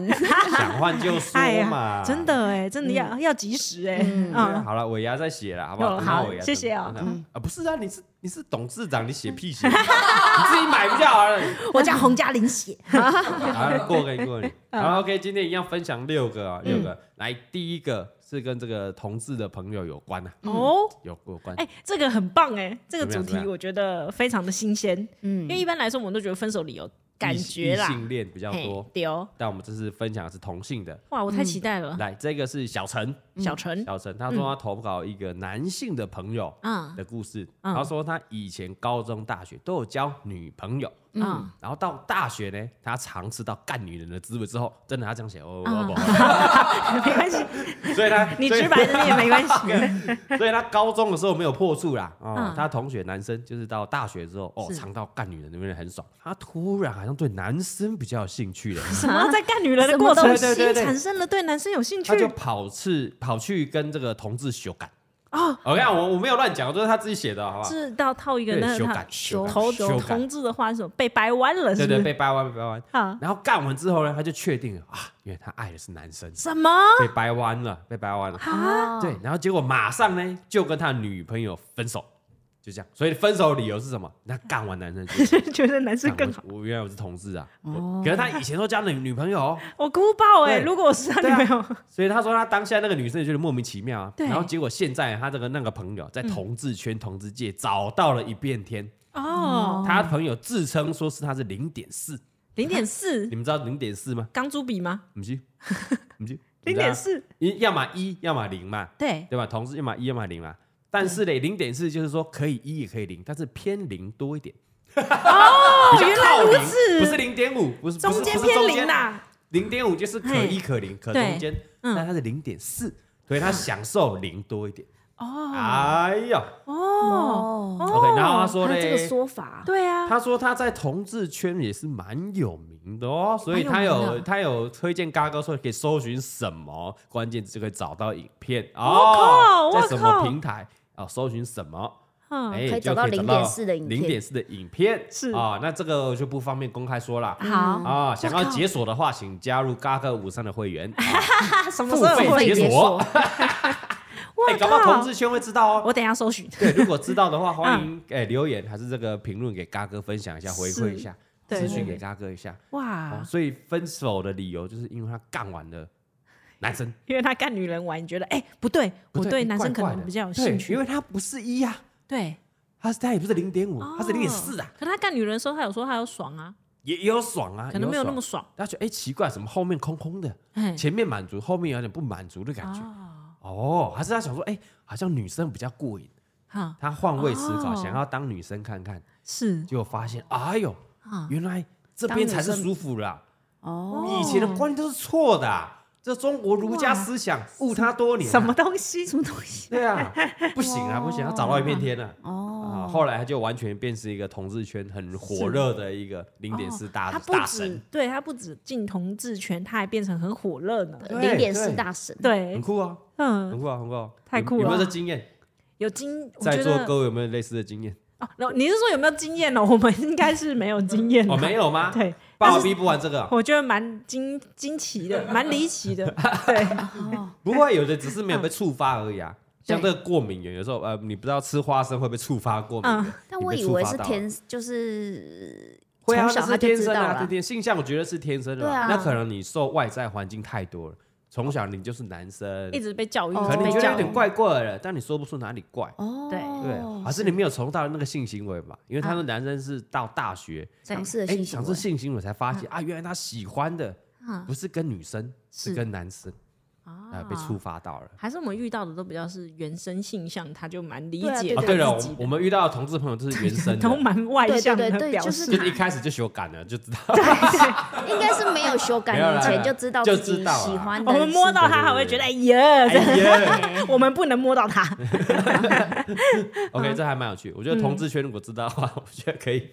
[SPEAKER 1] 想换就说嘛。
[SPEAKER 3] 哎
[SPEAKER 1] 啊
[SPEAKER 3] 真。的哎，真的要要及时哎。嗯，
[SPEAKER 1] 好了，尾牙再写了，好不好？
[SPEAKER 3] 哦
[SPEAKER 1] 等到
[SPEAKER 3] 好
[SPEAKER 1] 尾牙
[SPEAKER 3] 谢谢哦
[SPEAKER 1] 等到啊，不是啊，你是你是董事长，你写屁写，你自己买不就 好了？
[SPEAKER 3] 我叫洪嘉玲写。
[SPEAKER 1] 好，过给过你。
[SPEAKER 3] 嗯
[SPEAKER 1] 好，OK，今天一样分享六个啊，六个。来，第一个是跟这个同志的朋友有关啊，
[SPEAKER 3] 哦，
[SPEAKER 1] 有有关。
[SPEAKER 3] 哎，这个很棒哎，这个
[SPEAKER 1] 怎么样
[SPEAKER 3] 主
[SPEAKER 1] 怎么
[SPEAKER 3] 题
[SPEAKER 1] 样
[SPEAKER 3] 我觉得非常的新鲜。因
[SPEAKER 2] 嗯，
[SPEAKER 3] 为一般来说我们都觉得分手理由感
[SPEAKER 1] 异
[SPEAKER 3] 觉
[SPEAKER 1] 异
[SPEAKER 3] 啦，
[SPEAKER 1] 性恋比较
[SPEAKER 3] 嘿
[SPEAKER 1] 多，
[SPEAKER 3] 对哦，
[SPEAKER 1] 但我们这次分享的是同性的。
[SPEAKER 3] 哇，我太期待了，
[SPEAKER 1] 来，这个是小陈，
[SPEAKER 3] 小陈。
[SPEAKER 1] 小陈他说他投稿一个男性的朋友
[SPEAKER 3] 嗯
[SPEAKER 1] 的故事，
[SPEAKER 3] 嗯
[SPEAKER 1] 他说他以前高中、大学都有交女朋友，
[SPEAKER 3] 嗯，
[SPEAKER 1] 然后到大学呢，他尝试到干女人的滋味之后，真的他这样写哦，
[SPEAKER 2] 啊
[SPEAKER 1] 不
[SPEAKER 3] 没 关系，
[SPEAKER 1] 不，所以他
[SPEAKER 3] 你
[SPEAKER 1] 所以
[SPEAKER 3] 直白的也没关系。
[SPEAKER 1] 所以他高中的时候没有破处啦，哦，
[SPEAKER 3] 嗯
[SPEAKER 1] 他同学男生就是到大学之后，哦，
[SPEAKER 3] 是
[SPEAKER 1] 尝到干女人那边很爽，他突然好像对男生比较有兴趣了，
[SPEAKER 3] 什么在干女人的
[SPEAKER 2] 什么
[SPEAKER 3] 过程
[SPEAKER 2] 东
[SPEAKER 1] 西对对
[SPEAKER 3] 中
[SPEAKER 1] 对
[SPEAKER 3] 产生了对男生有兴趣
[SPEAKER 1] 他就跑去跑去跟这个同志修改。
[SPEAKER 3] 哦，
[SPEAKER 1] 我跟你讲，我我没有乱讲，就是他自己写的，好不好？
[SPEAKER 3] 是到套一个
[SPEAKER 1] 对
[SPEAKER 3] 那
[SPEAKER 1] 修
[SPEAKER 3] 个
[SPEAKER 1] 改
[SPEAKER 3] 他
[SPEAKER 1] 修改
[SPEAKER 3] 头
[SPEAKER 1] 修
[SPEAKER 3] 头
[SPEAKER 1] 改
[SPEAKER 3] 同志的话是什么被掰弯了，
[SPEAKER 1] 对
[SPEAKER 3] 是不
[SPEAKER 1] 对，
[SPEAKER 3] 是？
[SPEAKER 1] 被掰弯，被掰弯。
[SPEAKER 3] 啊，
[SPEAKER 1] 然后干完之后呢，他就确定了啊，因为他爱的是男生，
[SPEAKER 3] 什 么
[SPEAKER 1] 被掰弯了，被掰弯了。
[SPEAKER 3] 啊？
[SPEAKER 1] 对，然后结果马上呢就跟他女朋友分手，就这样。所以分手理由是什么？那干完男生 就
[SPEAKER 3] 觉得男生
[SPEAKER 1] 干
[SPEAKER 3] 更
[SPEAKER 1] 我
[SPEAKER 3] 好，哦
[SPEAKER 1] 我原来我是同志啊，我可是他以前都交女女朋友哦，
[SPEAKER 3] 我哭爆哎！
[SPEAKER 1] 对
[SPEAKER 3] 如果我是他
[SPEAKER 1] 对
[SPEAKER 3] 女
[SPEAKER 1] 啊
[SPEAKER 3] 朋友，
[SPEAKER 1] 所以他说他当下那个女生也觉得莫名其妙啊。
[SPEAKER 3] 对
[SPEAKER 1] 然后结果现在他这个那个朋友在同志圈、同志界找到了一片天，
[SPEAKER 3] 哦，
[SPEAKER 1] 他朋友自称说是他是零点四，
[SPEAKER 3] 零点 四
[SPEAKER 1] 你们知道零点四吗？
[SPEAKER 3] 钢珠笔吗？
[SPEAKER 1] 不是，不 是，
[SPEAKER 3] 零点四，
[SPEAKER 1] 一，要么一，要么零嘛，
[SPEAKER 3] 对，
[SPEAKER 1] 对吧？同志要么一，要么零嘛。但是嘞，零点四就是说可以一也可以零，但是偏零多一点。哦，
[SPEAKER 3] 原来如此
[SPEAKER 1] 不是零点五，不是不是
[SPEAKER 3] 中间
[SPEAKER 1] 不是
[SPEAKER 3] 偏
[SPEAKER 1] 中
[SPEAKER 3] 零啊啦。
[SPEAKER 1] 零点五就是可一可零，可中间，
[SPEAKER 3] 嗯
[SPEAKER 1] 但它是零点四，所以它享受零多一点。
[SPEAKER 3] 哦
[SPEAKER 1] 哎呀
[SPEAKER 3] 哦，
[SPEAKER 2] 哦，
[SPEAKER 1] ，OK，然后他说
[SPEAKER 2] 还有这个
[SPEAKER 1] 嘞，
[SPEAKER 2] 说法，
[SPEAKER 3] 对啊，
[SPEAKER 1] 他说他在同志圈也是蛮有名的哦，所以他
[SPEAKER 2] 蛮有名
[SPEAKER 1] 有
[SPEAKER 2] 的
[SPEAKER 1] 他有推荐嘎哥说可以搜寻什么关键字就可以找到影片
[SPEAKER 3] 靠
[SPEAKER 1] 哦，
[SPEAKER 3] 我
[SPEAKER 1] 在什么
[SPEAKER 3] 靠
[SPEAKER 1] 平台啊？搜寻什么？
[SPEAKER 3] 嗯，
[SPEAKER 1] 哎，
[SPEAKER 2] 可以
[SPEAKER 1] 就
[SPEAKER 2] 找到
[SPEAKER 1] 可以找到
[SPEAKER 2] 0.4的影片
[SPEAKER 1] 零点四的影片
[SPEAKER 3] 是
[SPEAKER 1] 啊，那这个就不方便公开说了。
[SPEAKER 2] 好，
[SPEAKER 1] 啊，想要解锁的话，请加入嘎哥五三的会员。哦
[SPEAKER 3] 他什么
[SPEAKER 1] 付
[SPEAKER 3] 时候
[SPEAKER 1] 费
[SPEAKER 3] 会？
[SPEAKER 1] 解锁，哎，
[SPEAKER 3] 我
[SPEAKER 1] 搞不好同
[SPEAKER 3] 靠！
[SPEAKER 1] 志圈会知道哦。
[SPEAKER 3] 我等一下搜寻。
[SPEAKER 1] 对，如果知道的话，欢迎哎留言还是这个评论给嘎哥分享一下，回馈一下，
[SPEAKER 3] 对
[SPEAKER 1] 咨
[SPEAKER 3] 对
[SPEAKER 1] 询
[SPEAKER 3] 对
[SPEAKER 1] 给嘎哥一下。哦
[SPEAKER 3] 哇，
[SPEAKER 1] 所以分手的理由就是因为他干完了男生，
[SPEAKER 3] 因为他干女人玩，你觉得哎、不对，
[SPEAKER 1] 不
[SPEAKER 3] 我对男生可
[SPEAKER 1] 怪怪
[SPEAKER 3] 能
[SPEAKER 1] 的
[SPEAKER 3] 比较有
[SPEAKER 1] 对
[SPEAKER 3] 兴趣。
[SPEAKER 1] 因为他不是一啊，
[SPEAKER 3] 对，
[SPEAKER 1] 他是他也不是零点五，
[SPEAKER 3] 哦
[SPEAKER 1] 他是零点四啊，
[SPEAKER 3] 可他干女人的时候，他有说他有爽啊，
[SPEAKER 1] 也也有爽啊，
[SPEAKER 3] 可能没有那么
[SPEAKER 1] 爽。
[SPEAKER 3] 爽。
[SPEAKER 1] 他觉得哎奇怪，怎么后面空空的，
[SPEAKER 3] 哎，
[SPEAKER 1] 前面满足，后面有点不满足的感觉。
[SPEAKER 3] 哦，
[SPEAKER 1] 哦，还是他想说，哎，好像女生比较过瘾，
[SPEAKER 3] 哈，
[SPEAKER 1] 他换位思考，
[SPEAKER 3] 哦
[SPEAKER 1] 想要当女生看看。
[SPEAKER 3] 是
[SPEAKER 1] 结果发现，哎呦，
[SPEAKER 3] 啊，
[SPEAKER 1] 原来这边才是舒服啦、
[SPEAKER 2] 哦，
[SPEAKER 1] 以前的观念都是错的啊、这中国儒家思想误他多年、啊
[SPEAKER 3] 什么？东西？什么东西？
[SPEAKER 1] 对 啊，不行啊，不行，他找到一片天了、啊。
[SPEAKER 2] 哦，
[SPEAKER 1] 后来他就完全变是一个同志圈很火热的一个零点四大、
[SPEAKER 3] 哦他不
[SPEAKER 1] 大
[SPEAKER 3] 止
[SPEAKER 1] 神，
[SPEAKER 3] 对他不止进同志圈，他还变成很火热呢。
[SPEAKER 1] 对
[SPEAKER 2] 零点四大神，
[SPEAKER 1] 很
[SPEAKER 3] 对，
[SPEAKER 1] 酷啊，很
[SPEAKER 3] 嗯，
[SPEAKER 1] 酷啊，很酷啊！
[SPEAKER 3] 太酷
[SPEAKER 1] 有
[SPEAKER 3] 了
[SPEAKER 1] 有没有这经验？
[SPEAKER 3] 有经，我
[SPEAKER 1] 在
[SPEAKER 3] 觉
[SPEAKER 1] 座
[SPEAKER 3] 得
[SPEAKER 1] 各位有没有类似的经 验？
[SPEAKER 3] 哦，那你是说有没有经验呢？我们应该是没有经验的。
[SPEAKER 1] 哦，没有吗？
[SPEAKER 3] 对，
[SPEAKER 1] 爸
[SPEAKER 3] 但
[SPEAKER 1] 爸
[SPEAKER 3] 是
[SPEAKER 1] 逼不玩这个，啊
[SPEAKER 3] 我觉得蛮惊惊奇的，蛮离奇 的。对，
[SPEAKER 2] 哦
[SPEAKER 1] 不会有的，只是没有被触发而已啊。像
[SPEAKER 3] 嗯对
[SPEAKER 1] 这个过敏源，有时候呃，你不知道吃花生会不会触发过敏
[SPEAKER 3] 嗯
[SPEAKER 1] 源，
[SPEAKER 2] 但
[SPEAKER 1] 你
[SPEAKER 2] 我
[SPEAKER 1] 被
[SPEAKER 2] 以
[SPEAKER 1] 触
[SPEAKER 2] 为
[SPEAKER 1] 发
[SPEAKER 2] 是
[SPEAKER 1] 到了
[SPEAKER 2] 天，就是
[SPEAKER 1] 会啊，
[SPEAKER 2] 从小
[SPEAKER 1] 那是
[SPEAKER 2] 他就
[SPEAKER 1] 天
[SPEAKER 2] 知
[SPEAKER 1] 生
[SPEAKER 2] 道
[SPEAKER 1] 啊，
[SPEAKER 2] 了
[SPEAKER 1] 这天性向我觉得是天生的嘛、
[SPEAKER 2] 对啊
[SPEAKER 1] 那可能你受外在环境太多了，从小你就是男生，
[SPEAKER 3] 一直被教育，
[SPEAKER 2] 哦
[SPEAKER 1] 可能
[SPEAKER 3] 一
[SPEAKER 1] 你
[SPEAKER 3] 直
[SPEAKER 1] 觉得
[SPEAKER 3] 被教
[SPEAKER 1] 有
[SPEAKER 3] 育
[SPEAKER 1] 点。怪怪的，但你说不出哪里怪。
[SPEAKER 2] 哦，
[SPEAKER 3] 对
[SPEAKER 1] 对，啊还是你没有从到那个性行为嘛？因为他说男生是到大学，
[SPEAKER 2] 尝试的
[SPEAKER 1] 哎，
[SPEAKER 2] 性行
[SPEAKER 1] 尝试
[SPEAKER 2] 为，
[SPEAKER 1] 性行为才发现啊，原来他喜欢的
[SPEAKER 3] 嗯
[SPEAKER 1] 不是跟女生，是
[SPEAKER 3] 是
[SPEAKER 1] 跟男生啊，
[SPEAKER 3] 啊
[SPEAKER 1] 被触发到了。
[SPEAKER 3] 还是我们遇到的都比较是原生性向，他就蛮理解
[SPEAKER 2] 对
[SPEAKER 1] 啊，
[SPEAKER 2] 对
[SPEAKER 1] 对了，
[SPEAKER 3] 自己
[SPEAKER 1] 我
[SPEAKER 3] 的
[SPEAKER 1] 我们遇到的同志朋友都是原 生
[SPEAKER 3] 都
[SPEAKER 1] 的，
[SPEAKER 3] 蛮外向的
[SPEAKER 2] 对对对对
[SPEAKER 3] 表
[SPEAKER 2] 就是
[SPEAKER 3] 示。
[SPEAKER 1] 就是一开始就修改了，就知道。
[SPEAKER 2] 应该是没有修改，
[SPEAKER 1] 没有啦
[SPEAKER 2] 以前就知道
[SPEAKER 1] 就
[SPEAKER 2] 自
[SPEAKER 1] 知
[SPEAKER 2] 己
[SPEAKER 1] 道啦啊
[SPEAKER 2] 喜欢的
[SPEAKER 3] 我
[SPEAKER 2] 是，
[SPEAKER 3] 们摸到他还会觉得哎呀，
[SPEAKER 1] 哎呀
[SPEAKER 3] 我们不能摸到他。
[SPEAKER 1] ，OK，这还蛮有趣。我觉得同志圈如果知道的话，我觉得可以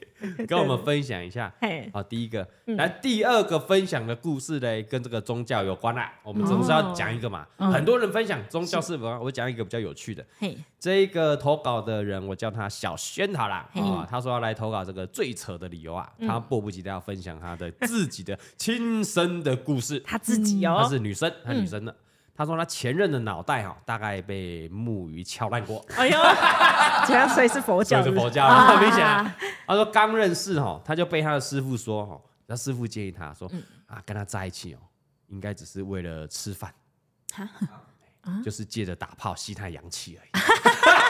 [SPEAKER 1] 跟我们分享一下。
[SPEAKER 3] 嘿，
[SPEAKER 1] 好，第一个，来第二个分享的故事嘞，跟这个宗教有关啦。我们总是要讲一个嘛，很多人分享宗教是吧？我讲一个比较有趣的。
[SPEAKER 3] 嘿，
[SPEAKER 1] 这一个投稿的人，我叫他小轩好啦。
[SPEAKER 3] 嘿
[SPEAKER 1] 啊，他说要来投稿这个最扯的理由啊，他迫不及待要分享他的自己的亲身的故事。
[SPEAKER 3] 他自己
[SPEAKER 1] 她
[SPEAKER 3] 哦，
[SPEAKER 1] 是女生，她女生的。她说她前任的脑袋哈，大概被木鱼敲烂过，
[SPEAKER 3] 哎呦，这样所以是佛
[SPEAKER 1] 所
[SPEAKER 3] 教
[SPEAKER 1] 以是佛教啊，
[SPEAKER 2] 啊
[SPEAKER 1] 很明显啊。他说刚认识哈，他就被他的师傅说哈，他师傅建议他说
[SPEAKER 3] 嗯
[SPEAKER 1] 啊，跟他在一起哦，应该只是为了吃饭，啊
[SPEAKER 3] 啊
[SPEAKER 1] 就是借着打炮吸他阳气而已。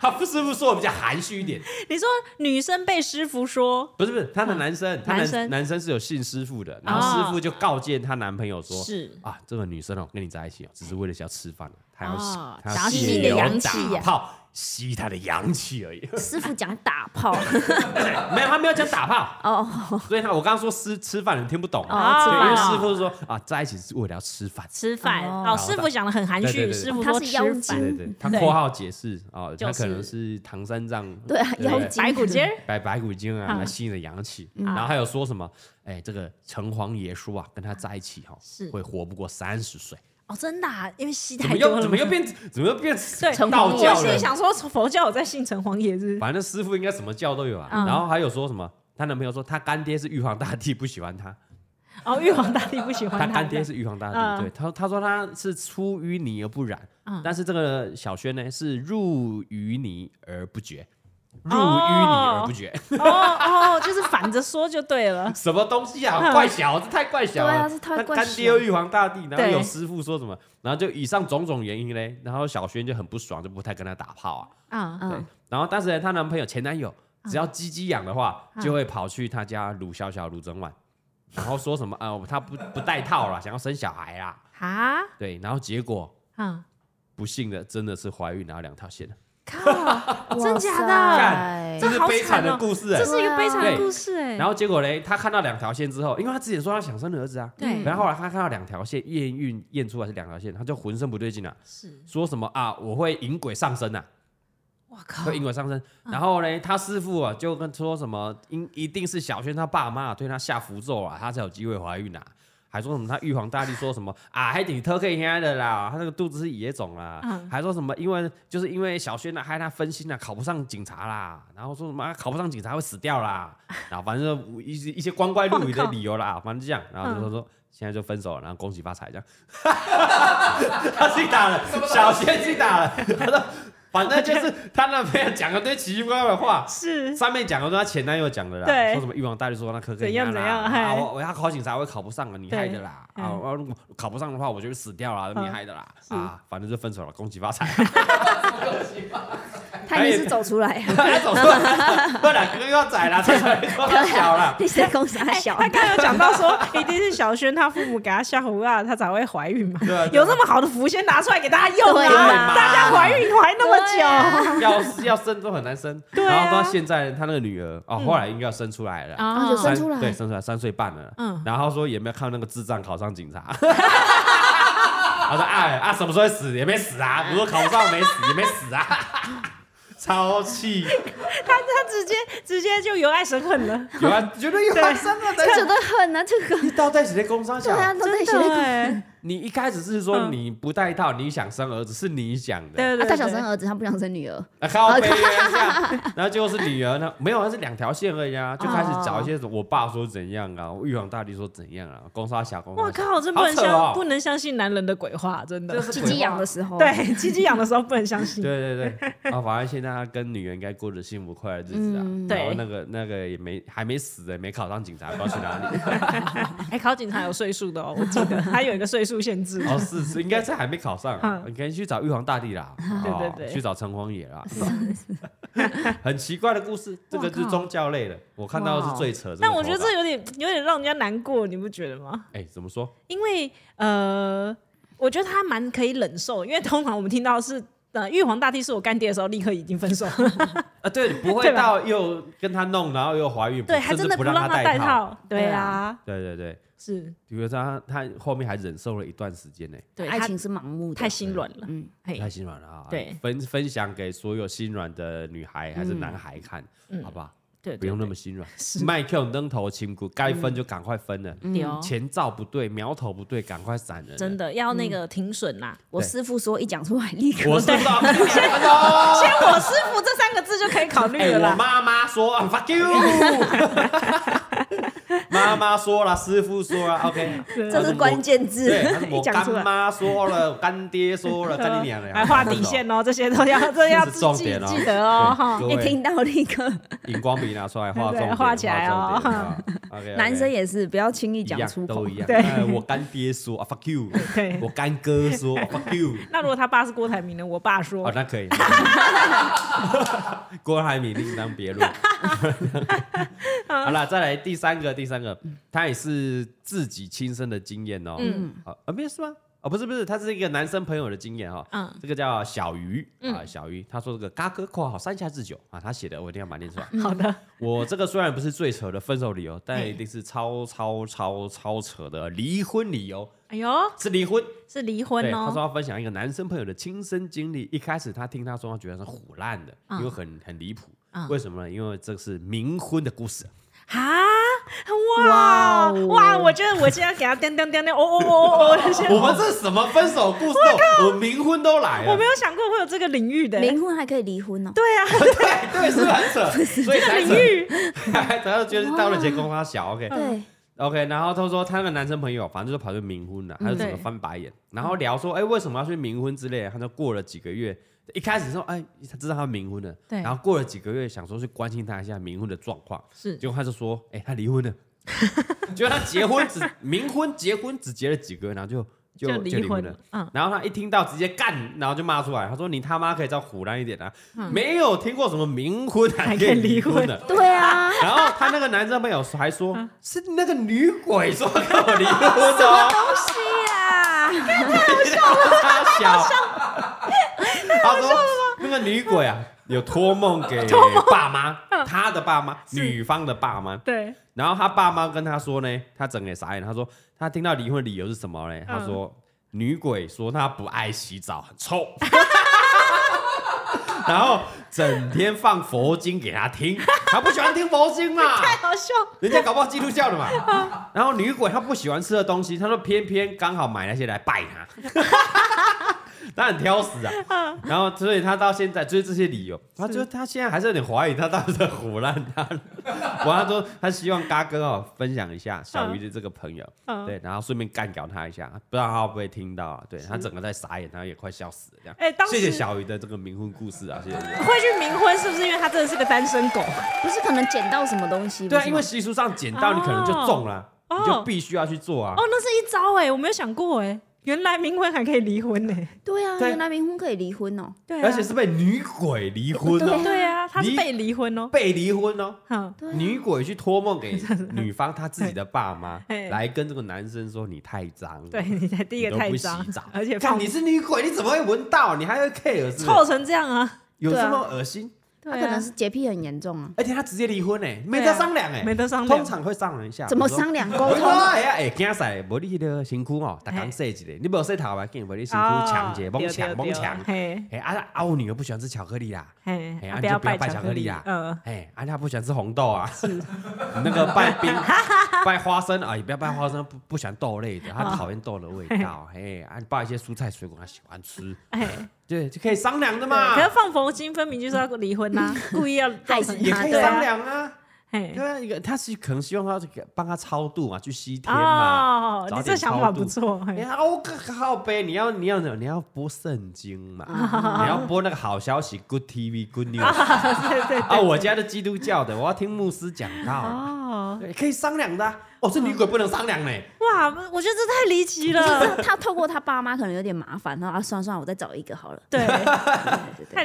[SPEAKER 1] 他师傅说我比较含蓄一点，
[SPEAKER 3] 你说女生被师傅说
[SPEAKER 1] 不是不是，他的男生，他
[SPEAKER 3] 哦男
[SPEAKER 1] 男
[SPEAKER 3] 生哦
[SPEAKER 1] 男生是有信师傅的，然后师傅就告诫她男朋友说，
[SPEAKER 3] 是
[SPEAKER 1] 啊，这个女生哦，跟你在一起哦，只是为了是要吃饭的，她要、
[SPEAKER 3] 哦
[SPEAKER 1] 她
[SPEAKER 3] 想要
[SPEAKER 1] 要
[SPEAKER 3] 吸你的
[SPEAKER 1] 油
[SPEAKER 3] 阳
[SPEAKER 1] 打
[SPEAKER 3] 气呀
[SPEAKER 1] 泡吸他的阳气而已。
[SPEAKER 2] 师傅讲打 炮
[SPEAKER 1] 没有，他没有讲打炮，
[SPEAKER 2] 哦，
[SPEAKER 1] 所以他我刚刚说吃吃饭，你听不懂
[SPEAKER 3] 哦
[SPEAKER 1] 啊。
[SPEAKER 3] 啊
[SPEAKER 1] 对，因为
[SPEAKER 3] 吃饭
[SPEAKER 1] 师傅说啊，在一起是为了要吃饭。
[SPEAKER 3] 吃饭
[SPEAKER 2] 哦
[SPEAKER 3] 哦，师傅讲的很含
[SPEAKER 1] 对对
[SPEAKER 3] 蓄，
[SPEAKER 1] 对
[SPEAKER 3] 师傅
[SPEAKER 2] 他
[SPEAKER 3] 说
[SPEAKER 2] 是
[SPEAKER 3] 吃
[SPEAKER 2] 妖
[SPEAKER 3] 饭嗯
[SPEAKER 1] 对
[SPEAKER 2] 精，
[SPEAKER 1] 对，他
[SPEAKER 3] 对
[SPEAKER 1] 括号解释哦，
[SPEAKER 3] 就
[SPEAKER 1] 他可能
[SPEAKER 3] 是
[SPEAKER 1] 是唐三藏
[SPEAKER 2] 对啊，
[SPEAKER 1] 对
[SPEAKER 2] 妖
[SPEAKER 1] 对
[SPEAKER 2] 精
[SPEAKER 3] 白骨精儿
[SPEAKER 1] 白白骨精啊，
[SPEAKER 3] 嗯啊
[SPEAKER 1] 来吸引了阳气。
[SPEAKER 2] 嗯
[SPEAKER 1] 然后还有说什么，哎，这个城隍爷说啊，跟他在一起哈
[SPEAKER 3] 是，
[SPEAKER 1] 会活不过三十岁。
[SPEAKER 3] 哦，真的啊，因为吸
[SPEAKER 1] 怎
[SPEAKER 3] 太
[SPEAKER 1] 么
[SPEAKER 3] 多
[SPEAKER 1] 又
[SPEAKER 3] 了
[SPEAKER 1] 怎
[SPEAKER 3] 嘛
[SPEAKER 1] 么。又变怎么又变
[SPEAKER 3] 对，
[SPEAKER 2] 城
[SPEAKER 1] 道
[SPEAKER 2] 隍爷
[SPEAKER 1] 教
[SPEAKER 3] 我
[SPEAKER 1] 了
[SPEAKER 3] 心里？想说，佛教有在信城隍 爷是不是
[SPEAKER 1] 反正师傅应该什么教都有啊。
[SPEAKER 3] 嗯
[SPEAKER 1] 然后还有说什么，她男朋友说她干爹是玉皇大帝，不喜欢她。
[SPEAKER 3] 哦，玉皇大帝不喜欢
[SPEAKER 1] 她
[SPEAKER 3] 他。
[SPEAKER 1] 干爹是玉皇大帝，
[SPEAKER 3] 嗯
[SPEAKER 1] 对，他他说他是出淤泥而不染，
[SPEAKER 3] 嗯
[SPEAKER 1] 但是这个小轩呢是入淤泥而不觉，入淤泥而
[SPEAKER 3] 哦
[SPEAKER 1] 不觉，
[SPEAKER 3] 哦哦，就是反着说就对了。
[SPEAKER 1] 什么东西啊，
[SPEAKER 3] 嗯
[SPEAKER 1] 怪小子，太怪小了。
[SPEAKER 2] 对啊是太
[SPEAKER 1] 那
[SPEAKER 2] 怪
[SPEAKER 1] 干
[SPEAKER 2] 小
[SPEAKER 1] 爹又玉皇大帝，然后
[SPEAKER 3] 对
[SPEAKER 1] 有师傅说什么，然后就以上种种原因嘞，然后小轩就很不爽，就不太跟他打炮 啊。
[SPEAKER 3] 啊
[SPEAKER 1] 对
[SPEAKER 2] 嗯，
[SPEAKER 1] 然后当时她男朋友前男友只要鸡鸡痒的话，
[SPEAKER 3] 嗯
[SPEAKER 1] 就会跑去她家鲁小小鲁整晚，然后说什么啊、呃他不不戴套了，想要生小孩啦，
[SPEAKER 3] 啊
[SPEAKER 1] 对，然后结果
[SPEAKER 3] 啊！
[SPEAKER 1] 不幸的真的是怀孕，然后两条线了，
[SPEAKER 2] 靠，
[SPEAKER 3] 真假的
[SPEAKER 2] 哇塞
[SPEAKER 1] 是
[SPEAKER 3] 好
[SPEAKER 1] 悲惨
[SPEAKER 3] 惨
[SPEAKER 1] 的
[SPEAKER 3] 哦
[SPEAKER 1] 故事、
[SPEAKER 3] 这
[SPEAKER 1] 欸。
[SPEAKER 3] 是一个悲惨
[SPEAKER 1] 对
[SPEAKER 3] 的故事哎。
[SPEAKER 1] 然后结果嘞，她看到两条线之后，因为她之前说她想生儿子啊，
[SPEAKER 3] 对
[SPEAKER 1] 然后后来她看到两条线验孕验出来是两条线，她就浑身不对劲了、
[SPEAKER 3] 是，
[SPEAKER 1] 说什么啊我会引鬼上身啊，
[SPEAKER 3] 我靠
[SPEAKER 1] 会引鬼上身。
[SPEAKER 3] 啊
[SPEAKER 1] 然后呢，他师傅啊就跟说什么，因一定是小轩他爸妈对他下符咒啊，他才有机会怀孕啊。还说什么他玉皇大帝说什么啊，还挺特克天的啦，他那个肚子是野种啦。
[SPEAKER 3] 嗯
[SPEAKER 1] 还说什么因为就是因为小轩呢、啊害他分心了、考不上警察啦。然后说什么、啊考不上警察会死掉啦。然后反正就一些一些光怪陆离的理由啦，反正就这样。然后就说说。现在就分手了，然后恭喜发财这样。 他自己打了，小轩自己打了。他说，反正就是她男朋友讲了堆奇奇怪怪的话，
[SPEAKER 3] 是
[SPEAKER 1] 上面讲的都是她前男友讲的啦，
[SPEAKER 3] 对
[SPEAKER 1] 说什么玉皇大帝说那可可以
[SPEAKER 3] 怎样
[SPEAKER 1] 啦
[SPEAKER 3] 怎样
[SPEAKER 1] 啊，
[SPEAKER 3] 嗨
[SPEAKER 1] 我我要考警察我也考不上了，你
[SPEAKER 3] 对
[SPEAKER 1] 害的啦，啊，
[SPEAKER 3] 嗯
[SPEAKER 1] 我要如果考不上的话我就会死掉了，
[SPEAKER 3] 嗯
[SPEAKER 1] 你害的啦，
[SPEAKER 3] 是
[SPEAKER 1] 啊，反正就分手了，恭喜发财，
[SPEAKER 2] 他也是走出来，
[SPEAKER 1] 他走错了，不然哥要宰啦，这才说他哎小 了，
[SPEAKER 2] 你在公司还小，
[SPEAKER 3] 他刚刚有讲到 说，一定是小轩他父母给他下胡辣，他才会怀孕嘛。
[SPEAKER 1] 对啊对啊
[SPEAKER 3] 有这么好的福，先拿出来给大家用
[SPEAKER 2] 对
[SPEAKER 1] 嘛
[SPEAKER 3] 啊！大家怀孕怀那 么久，
[SPEAKER 1] 要要生都很难生，
[SPEAKER 3] 对啊
[SPEAKER 1] 然后到现在他那个女儿哦，后来应该要生出来了。
[SPEAKER 2] 啊
[SPEAKER 3] 哦
[SPEAKER 2] 有
[SPEAKER 1] 三
[SPEAKER 2] 生出来
[SPEAKER 1] 对，生出来三岁半了。嗯
[SPEAKER 3] 嗯，
[SPEAKER 1] 然后说也没有看那个智障考上警察。 他说：“哎啊，什么时候会死也没死啊，我说考不上没死也没死啊， 超气！
[SPEAKER 3] 他他直接直接就由爱生恨了，
[SPEAKER 1] 有啊，绝对有啊，生了
[SPEAKER 2] 他
[SPEAKER 1] 的。
[SPEAKER 2] 觉得很啊，这个
[SPEAKER 1] 你到底是在工商
[SPEAKER 2] 对
[SPEAKER 1] 小？
[SPEAKER 2] 啊，都在
[SPEAKER 3] 真
[SPEAKER 2] 写那
[SPEAKER 3] 的
[SPEAKER 2] 个。
[SPEAKER 3] 哎，
[SPEAKER 1] 你一开始是说
[SPEAKER 3] 嗯
[SPEAKER 1] 你不带套，你想生儿子是你想的，
[SPEAKER 3] 对对
[SPEAKER 2] 啊，
[SPEAKER 3] 对，
[SPEAKER 2] 他想生儿子，他不想生女儿。
[SPEAKER 1] 啊，靠
[SPEAKER 2] 哦
[SPEAKER 1] 背啊，这样然后结果是女儿呢，没有，那是两条线而已啊，就开始找一些
[SPEAKER 2] 哦
[SPEAKER 1] 什么我爸说怎样啊，玉皇大帝说怎样啊，公杀小公杀
[SPEAKER 3] 我
[SPEAKER 1] 小，
[SPEAKER 3] 靠，真不能
[SPEAKER 1] 好扯哦
[SPEAKER 3] 相不能相信男人的鬼话，真的。
[SPEAKER 2] 鸡鸡痒的时候，，
[SPEAKER 3] 对，鸡鸡痒的时候不能相信。
[SPEAKER 1] 对对 对，啊，反正现在他跟女儿应该过着幸福快乐的日子啊
[SPEAKER 2] 嗯，
[SPEAKER 1] 然后
[SPEAKER 3] 对
[SPEAKER 1] 那个那个也没还没死也没考上警察，不知道去哪 里，
[SPEAKER 3] 哎，考警察有岁数的哦，我记得他有一个岁数限制。
[SPEAKER 1] 哦 是是，应该是还没考上啊，
[SPEAKER 3] 嗯
[SPEAKER 1] 你可以去找玉皇大帝啦，
[SPEAKER 3] 对对
[SPEAKER 1] 哦
[SPEAKER 3] 对
[SPEAKER 1] 去找城隍爷啦，很奇怪的故事，这个就是
[SPEAKER 3] 哇靠
[SPEAKER 1] 宗教类的，我看到的是最扯的头发，
[SPEAKER 3] 但我觉得这有点有点让人家难过，你不觉得吗？
[SPEAKER 1] 哎怎么说？
[SPEAKER 3] 因为呃，我觉得他蛮可以忍受，因为通常我们听到是呃，玉皇大帝是我干爹的时候，立刻已经分手了，
[SPEAKER 1] 啊，对，不会
[SPEAKER 3] 对吧
[SPEAKER 1] 到又跟他弄，然后又怀孕，
[SPEAKER 3] 对，
[SPEAKER 1] 甚
[SPEAKER 3] 还真
[SPEAKER 1] 至
[SPEAKER 3] 的
[SPEAKER 1] 不
[SPEAKER 3] 让
[SPEAKER 1] 他
[SPEAKER 3] 戴
[SPEAKER 1] 套。
[SPEAKER 3] 套，对啊，
[SPEAKER 1] 对对对，
[SPEAKER 3] 是，
[SPEAKER 1] 比如说他他后面还忍受了一段时间呢，
[SPEAKER 3] 对，
[SPEAKER 2] 爱
[SPEAKER 3] 他
[SPEAKER 2] 情是盲目的，
[SPEAKER 3] 太心软了，
[SPEAKER 2] 嗯，
[SPEAKER 3] 嘿
[SPEAKER 1] 太，心软了啊！
[SPEAKER 3] 对
[SPEAKER 1] 分分享给所有心软的女孩还是男孩看，
[SPEAKER 3] 嗯
[SPEAKER 1] 好吧，
[SPEAKER 3] 对，
[SPEAKER 1] 不用那
[SPEAKER 3] 么
[SPEAKER 1] 么心软。
[SPEAKER 3] 是嗯
[SPEAKER 1] 麦克灯头亲骨，该分就赶快分了，
[SPEAKER 3] 丢，
[SPEAKER 1] 前兆不对，苗头不对，赶快闪人。
[SPEAKER 3] 真
[SPEAKER 1] 的，
[SPEAKER 3] 的要那个停损啦。
[SPEAKER 2] 我
[SPEAKER 1] 对
[SPEAKER 2] 师傅说一讲出来立刻
[SPEAKER 1] 我是不知道。Hello
[SPEAKER 3] 先我师傅这三个字就可以考虑
[SPEAKER 1] 哦哎，
[SPEAKER 3] 了
[SPEAKER 1] 我
[SPEAKER 3] 啦。
[SPEAKER 1] 妈妈说啊，fuck you。妈妈说了，师傅说了，OK，
[SPEAKER 2] 这是关键字，
[SPEAKER 1] 对，他是 我
[SPEAKER 3] 一讲
[SPEAKER 1] 干
[SPEAKER 3] 出来
[SPEAKER 1] 妈说了，我干爹说了，干你娘的，
[SPEAKER 3] 还画底线哦，这些都要这要
[SPEAKER 1] 这是
[SPEAKER 3] 记
[SPEAKER 1] 重点哦
[SPEAKER 3] 记得哦哈。
[SPEAKER 1] 对
[SPEAKER 2] 一听到立刻。
[SPEAKER 1] 荧光笔拿出来画重
[SPEAKER 3] 对
[SPEAKER 1] 点，
[SPEAKER 3] 画起来哦
[SPEAKER 1] 重点啊 OK，OK
[SPEAKER 2] 男生也是不要轻易
[SPEAKER 1] 一
[SPEAKER 2] 讲
[SPEAKER 1] 样
[SPEAKER 2] 出口
[SPEAKER 1] 都，一样。
[SPEAKER 3] 对
[SPEAKER 1] 哎我干爹说啊，fuck you，
[SPEAKER 3] 对
[SPEAKER 1] 我干哥说啊 fuck you，
[SPEAKER 3] 那如果他爸是郭台铭呢？我爸说
[SPEAKER 1] 哦，那 可以。郭台铭另当别论。好了，再来第三个，第三个，他也是自己亲身的经验哦。嗯，啊，没事吗？哦，不是不是，他是一个男生朋友的经验哈、
[SPEAKER 3] 嗯
[SPEAKER 1] 这个叫小鱼啊，小鱼，他说这个嘎哥（括号三下智久）啊，他写的我一定要把它念出来。
[SPEAKER 3] 好的，
[SPEAKER 1] 我这个虽然不是最扯的分手理由，但一定是超超超超扯的离婚理由，
[SPEAKER 3] 哎呦，
[SPEAKER 1] 是离婚。
[SPEAKER 3] 是离婚
[SPEAKER 1] 对，他说
[SPEAKER 3] 哦，
[SPEAKER 1] 要分享一个男生朋友的亲身经历。一开始他听他说，他觉得是虎烂的，因为
[SPEAKER 3] 嗯
[SPEAKER 1] 很很离谱。为什么呢？因为这是冥婚的故
[SPEAKER 3] 哦
[SPEAKER 1] 事。
[SPEAKER 3] 哈，哇
[SPEAKER 2] 哇哦
[SPEAKER 3] 哇，我觉得我现在给他叮叮叮叮，哦哦哦哦哦，现在
[SPEAKER 1] 我们这是什么分手故事都？我冥婚都来
[SPEAKER 3] 我
[SPEAKER 1] 了
[SPEAKER 3] 没。有想过会有这个领域的，
[SPEAKER 2] 冥婚还可以离婚哦，
[SPEAKER 3] 对啊，
[SPEAKER 1] 对对，是不是很扯，所以才
[SPEAKER 3] 领
[SPEAKER 1] 扯。
[SPEAKER 3] 域，
[SPEAKER 1] 然后觉得到了结婚他小 OK
[SPEAKER 2] 对，
[SPEAKER 1] OK，然后他说他那个男生朋友，反正就跑去冥婚了，他就整个
[SPEAKER 3] 嗯对
[SPEAKER 1] 翻白眼，然后聊说，哎，为什么要去冥婚之类的？他说过了几个月，一开始说，哎，他知道他冥婚了，
[SPEAKER 3] 嗯对
[SPEAKER 1] 然后过了几个月，想说去关心他一下冥婚的状况，
[SPEAKER 3] 是
[SPEAKER 1] 结果他就说，哎、他离婚了， 结果他结婚只冥婚结婚只结了几个月，然后就就
[SPEAKER 3] 就
[SPEAKER 1] 离
[SPEAKER 3] 离婚
[SPEAKER 1] 了
[SPEAKER 3] 了。嗯
[SPEAKER 1] 然后他一听到直接干，然后就骂出来，他说你他妈可以再虎烂一点啊，没有听过什么冥婚还
[SPEAKER 3] 还
[SPEAKER 1] 可
[SPEAKER 3] 可
[SPEAKER 1] 以
[SPEAKER 3] 以
[SPEAKER 1] 离
[SPEAKER 3] 离
[SPEAKER 1] 婚
[SPEAKER 3] 婚
[SPEAKER 1] 的。
[SPEAKER 2] 对啊，
[SPEAKER 1] 然后他那个男生朋友还说，是那个女鬼说跟我离婚的哦，
[SPEAKER 2] 东西啊，
[SPEAKER 1] 他小，他说那个女鬼啊有托梦嗯给爸妈，他的爸妈，女方的爸妈，
[SPEAKER 3] 对，
[SPEAKER 1] 然后他爸妈跟他说呢，他整个也傻眼，他说他听到离婚的理由是什么呢？他说、女鬼说她不爱洗澡，很 臭，然后整天放佛经给他听，他不喜欢听佛经 嘛，
[SPEAKER 3] 太好笑，
[SPEAKER 1] 人家搞不好基督教的嘛。然后女鬼她不喜欢吃的东西，她说偏偏刚好买那些来拜她， 她很挑食啊。然后所以她到现在就是这些理由，她就她现在还是有点怀疑她到底在胡乱 她。我她说她希望嘎哥哦分享一下小鱼的这个朋友，
[SPEAKER 3] 嗯
[SPEAKER 1] 对，然后顺便干掉她一下，不知道她会不会听到啊？对她整个在傻眼，她也快笑死了这样。
[SPEAKER 3] 哎当时
[SPEAKER 1] 谢谢小鱼的这个冥婚故事啊，谢谢 你。
[SPEAKER 3] 会去冥婚是不是因为他真的是个单身狗？
[SPEAKER 1] 啊
[SPEAKER 2] 不是可能捡到什么东西？
[SPEAKER 1] 对
[SPEAKER 2] 不
[SPEAKER 1] 啊，
[SPEAKER 2] 是
[SPEAKER 1] 因
[SPEAKER 2] 吗
[SPEAKER 1] 为习俗上捡到你可能就中了啊，
[SPEAKER 3] 哦
[SPEAKER 1] 你就必须要去做啊。
[SPEAKER 3] 哦，那是一招哎、我没有想过哎、原来冥婚还可以离婚欸呢、
[SPEAKER 2] 对啊，
[SPEAKER 1] 对
[SPEAKER 2] 原来冥婚可以离婚哦，
[SPEAKER 3] 对啊，
[SPEAKER 1] 而且是被女鬼离婚哦，
[SPEAKER 3] 对啊，他是被离婚哦、
[SPEAKER 1] 被离婚哦，
[SPEAKER 3] 好，
[SPEAKER 2] 对啊
[SPEAKER 1] 女鬼去托梦 给女方她自己的爸妈，
[SPEAKER 3] 嘿
[SPEAKER 1] 来跟这个男生说你太脏了，
[SPEAKER 3] 对你才第一
[SPEAKER 1] 你
[SPEAKER 3] 个
[SPEAKER 1] 都
[SPEAKER 3] 太
[SPEAKER 1] 不
[SPEAKER 3] 脏
[SPEAKER 1] 洗澡，，
[SPEAKER 3] 而且
[SPEAKER 1] 看
[SPEAKER 3] 放
[SPEAKER 1] 你是女鬼，你怎么会闻到？你还会 care 是不是
[SPEAKER 3] 臭成这样啊，
[SPEAKER 1] 有这么恶心？
[SPEAKER 2] 他
[SPEAKER 3] 对
[SPEAKER 2] 可能是洁癖很严重啊，
[SPEAKER 1] 而且他直接离婚哎，没得商量哎，
[SPEAKER 3] 啊没得商量
[SPEAKER 1] 通常会商量一下，
[SPEAKER 2] 怎么
[SPEAKER 1] 比如说
[SPEAKER 2] 商量
[SPEAKER 1] 我
[SPEAKER 2] 沟
[SPEAKER 1] 说
[SPEAKER 2] 通？
[SPEAKER 1] 哎呀，哎，惊死！无你迄个身躯哦，逐工洗一下，你无洗头发，见无你身躯
[SPEAKER 3] 哦
[SPEAKER 1] 强者，猛强猛强。
[SPEAKER 3] 嘿，
[SPEAKER 1] 哎，啊啊！我女儿不喜欢吃巧克力啦，
[SPEAKER 3] 嘿
[SPEAKER 1] 哎，，啊
[SPEAKER 3] 啊不
[SPEAKER 1] 你就
[SPEAKER 3] 要
[SPEAKER 1] 不要拜
[SPEAKER 3] 巧
[SPEAKER 1] 巧克力啦
[SPEAKER 3] 啦，嗯，
[SPEAKER 1] 哎，啊，她不喜欢吃红豆啊， 那个拜冰、 拜花生啊，也不要拜花生，不不喜欢豆类的，
[SPEAKER 3] 哦
[SPEAKER 1] 她讨厌豆的味道。哎，啊，你拜一些蔬菜水果，她喜欢吃，
[SPEAKER 3] 哎，
[SPEAKER 1] 对，就可以商量的嘛
[SPEAKER 3] 可，是放佛经分明就是要离婚 呐，故意要造成
[SPEAKER 1] 也可以
[SPEAKER 3] 对啊
[SPEAKER 1] 商量啊。
[SPEAKER 3] 嘿
[SPEAKER 1] 对啊，一个他是可能希望他帮他超度嘛，去西天嘛。
[SPEAKER 3] 哦，
[SPEAKER 1] 早
[SPEAKER 3] 你
[SPEAKER 1] 点
[SPEAKER 3] 这想
[SPEAKER 1] 超
[SPEAKER 3] 法
[SPEAKER 1] 度
[SPEAKER 3] 不错，
[SPEAKER 1] 你
[SPEAKER 3] 嘿
[SPEAKER 1] 好靠背，你要你要你要播圣经嘛，
[SPEAKER 3] 哦
[SPEAKER 1] 你要播那个好消息，Good TV Good News
[SPEAKER 3] 对对
[SPEAKER 1] 啊！我家的基督教的，我要听牧师讲道，
[SPEAKER 3] 哦，
[SPEAKER 1] 对可以商量的啊。哦，这女鬼不能商量呢。
[SPEAKER 3] 哇，我觉得这太离 奇了，
[SPEAKER 2] 他透过他爸妈可能有点麻烦，然后啊，算了算了，我再找一个好了。
[SPEAKER 3] 对，
[SPEAKER 2] 对
[SPEAKER 3] 太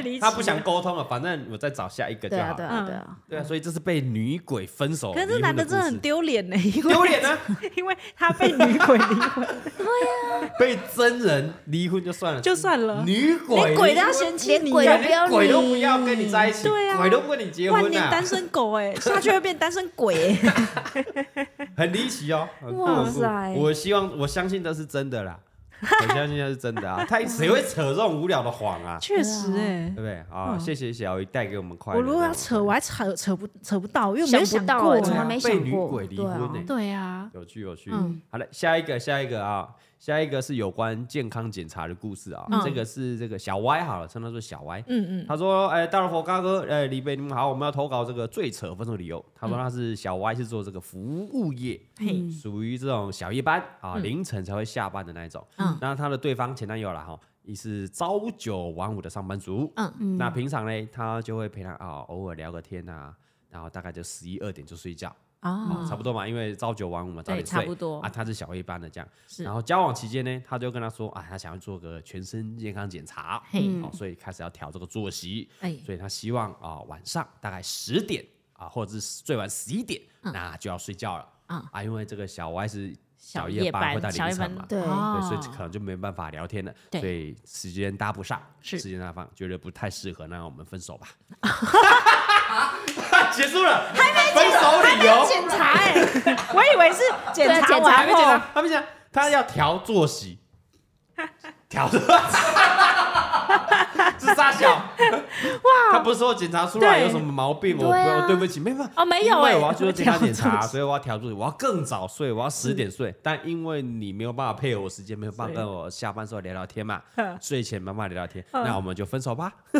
[SPEAKER 2] 对
[SPEAKER 3] 离奇，
[SPEAKER 1] 他不想。沟通了，反正我再找下一个就
[SPEAKER 2] 对
[SPEAKER 1] 好
[SPEAKER 2] 啊
[SPEAKER 1] 了。对
[SPEAKER 2] 对
[SPEAKER 1] 啊，
[SPEAKER 2] 啊
[SPEAKER 3] 嗯
[SPEAKER 2] 对啊，
[SPEAKER 1] 所以这是被女鬼分手
[SPEAKER 3] 可
[SPEAKER 1] 离婚故事，
[SPEAKER 3] 是这男的真的很丢脸呢，因为
[SPEAKER 1] 丢脸啊！
[SPEAKER 3] 因为他被女鬼离 婚，
[SPEAKER 1] 被真人离婚就算了，
[SPEAKER 3] 就算了，
[SPEAKER 1] 女鬼
[SPEAKER 3] 连鬼
[SPEAKER 1] 离
[SPEAKER 3] 都要
[SPEAKER 1] 婚
[SPEAKER 3] 嫌弃
[SPEAKER 2] 连
[SPEAKER 3] 你，
[SPEAKER 2] 鬼
[SPEAKER 1] 对
[SPEAKER 2] 都不
[SPEAKER 1] 连
[SPEAKER 2] 要
[SPEAKER 1] 鬼都
[SPEAKER 2] 理
[SPEAKER 1] 不要跟你在一起，
[SPEAKER 3] 对啊
[SPEAKER 1] 鬼都不跟你结
[SPEAKER 3] 万
[SPEAKER 1] 婚
[SPEAKER 3] 年单
[SPEAKER 1] 啊，
[SPEAKER 3] 身狗 哎，下去会变单身鬼哎，
[SPEAKER 1] 很离奇哦。很
[SPEAKER 2] 哇
[SPEAKER 1] 过分
[SPEAKER 2] 塞
[SPEAKER 1] 我希望我相信这是真的啦，我相信这是真的啊。他谁会扯这种无聊的谎啊？
[SPEAKER 3] 确实哎
[SPEAKER 1] 对。不对啊？谢谢小鱼带给我们快乐。
[SPEAKER 3] 我如果要扯，我还扯扯不扯不到，因为我没有
[SPEAKER 2] 想
[SPEAKER 3] 想
[SPEAKER 2] 不到
[SPEAKER 3] 过
[SPEAKER 2] 哎，
[SPEAKER 1] 对
[SPEAKER 2] 从
[SPEAKER 1] 啊
[SPEAKER 2] 来
[SPEAKER 3] 啊。
[SPEAKER 2] 没
[SPEAKER 1] 被
[SPEAKER 2] 想
[SPEAKER 1] 女
[SPEAKER 2] 过
[SPEAKER 1] 鬼，离
[SPEAKER 2] 对啊
[SPEAKER 1] 婚欸，
[SPEAKER 3] 对啊，
[SPEAKER 1] 有趣有趣。
[SPEAKER 3] 嗯
[SPEAKER 1] 好嘞，下一个下一个啊，下一个是有关健康检查的故事啊。
[SPEAKER 3] 嗯
[SPEAKER 1] 这个是这个小歪好了，称他做小歪。
[SPEAKER 3] 嗯嗯，
[SPEAKER 1] 他说：“哎、大老佛高哥，哎、李贝，你们好，我们要投稿这个最扯分手理由。”他说
[SPEAKER 3] 嗯
[SPEAKER 1] 他是小 Y，是做这个服务业，
[SPEAKER 3] 嘿，
[SPEAKER 1] 属于这种小夜班啊，凌晨才会下班的那一种。
[SPEAKER 3] 嗯
[SPEAKER 1] 那他的对方前男友啦，哈，也是朝九晚五的上班族。
[SPEAKER 3] 嗯
[SPEAKER 1] 嗯，那平常呢，他就会陪他啊，偶尔聊个天啊，然后大概就十一二点就睡觉。
[SPEAKER 3] 啊
[SPEAKER 1] 哦，差不多嘛，因为朝九晚五嘛，早
[SPEAKER 3] 对
[SPEAKER 1] 点睡，
[SPEAKER 3] 差不多
[SPEAKER 1] 啊。他是小夜班的这样，
[SPEAKER 3] 是
[SPEAKER 1] 然后交往期间呢，他就跟他说啊，他想要做个全身健康检查，
[SPEAKER 3] 嘿
[SPEAKER 1] 哦，所以开始要调这个作息，
[SPEAKER 3] 哎
[SPEAKER 1] 所以他希望啊、晚上大概十点啊，或者是最晚十一点，那就要睡觉了
[SPEAKER 3] 嗯
[SPEAKER 1] 啊，因为这个小 Y 是小
[SPEAKER 3] 夜
[SPEAKER 1] 夜班会到
[SPEAKER 3] 小
[SPEAKER 1] 凌
[SPEAKER 3] 夜
[SPEAKER 1] 晨
[SPEAKER 3] 班
[SPEAKER 1] 嘛
[SPEAKER 2] 对
[SPEAKER 1] 对，所以
[SPEAKER 3] 哦
[SPEAKER 1] 可能就没办法聊天了，
[SPEAKER 3] 对
[SPEAKER 1] 所以时间搭不上，
[SPEAKER 3] 是
[SPEAKER 1] 时间搭不上，觉得不太适合，那我们分手 吧。结束了，还没分手理由，
[SPEAKER 3] 检查哎、我以为是检
[SPEAKER 2] 对
[SPEAKER 3] 查
[SPEAKER 2] 检
[SPEAKER 3] 完
[SPEAKER 2] 查
[SPEAKER 1] 还没讲
[SPEAKER 3] 后
[SPEAKER 1] 到，还没讲，啊他要调作息，调作息，是傻小哇！他不是说检查出来
[SPEAKER 3] 对
[SPEAKER 1] 有什么毛病，我不
[SPEAKER 2] 对啊
[SPEAKER 1] 要对不起，没办法
[SPEAKER 3] 哦没有
[SPEAKER 1] 因为
[SPEAKER 3] 欸
[SPEAKER 1] 我要去做健康检
[SPEAKER 3] 调
[SPEAKER 1] 查，
[SPEAKER 3] 作息
[SPEAKER 1] 所以我要调作息，我要更早睡，我要十点睡，但因为你没有办法配合我时间，没有办法
[SPEAKER 3] 是
[SPEAKER 1] 跟我下班时候聊聊天嘛
[SPEAKER 3] 嗯，
[SPEAKER 1] 睡前慢慢聊聊天，
[SPEAKER 3] 嗯
[SPEAKER 1] 那我们就分手吧。
[SPEAKER 3] 那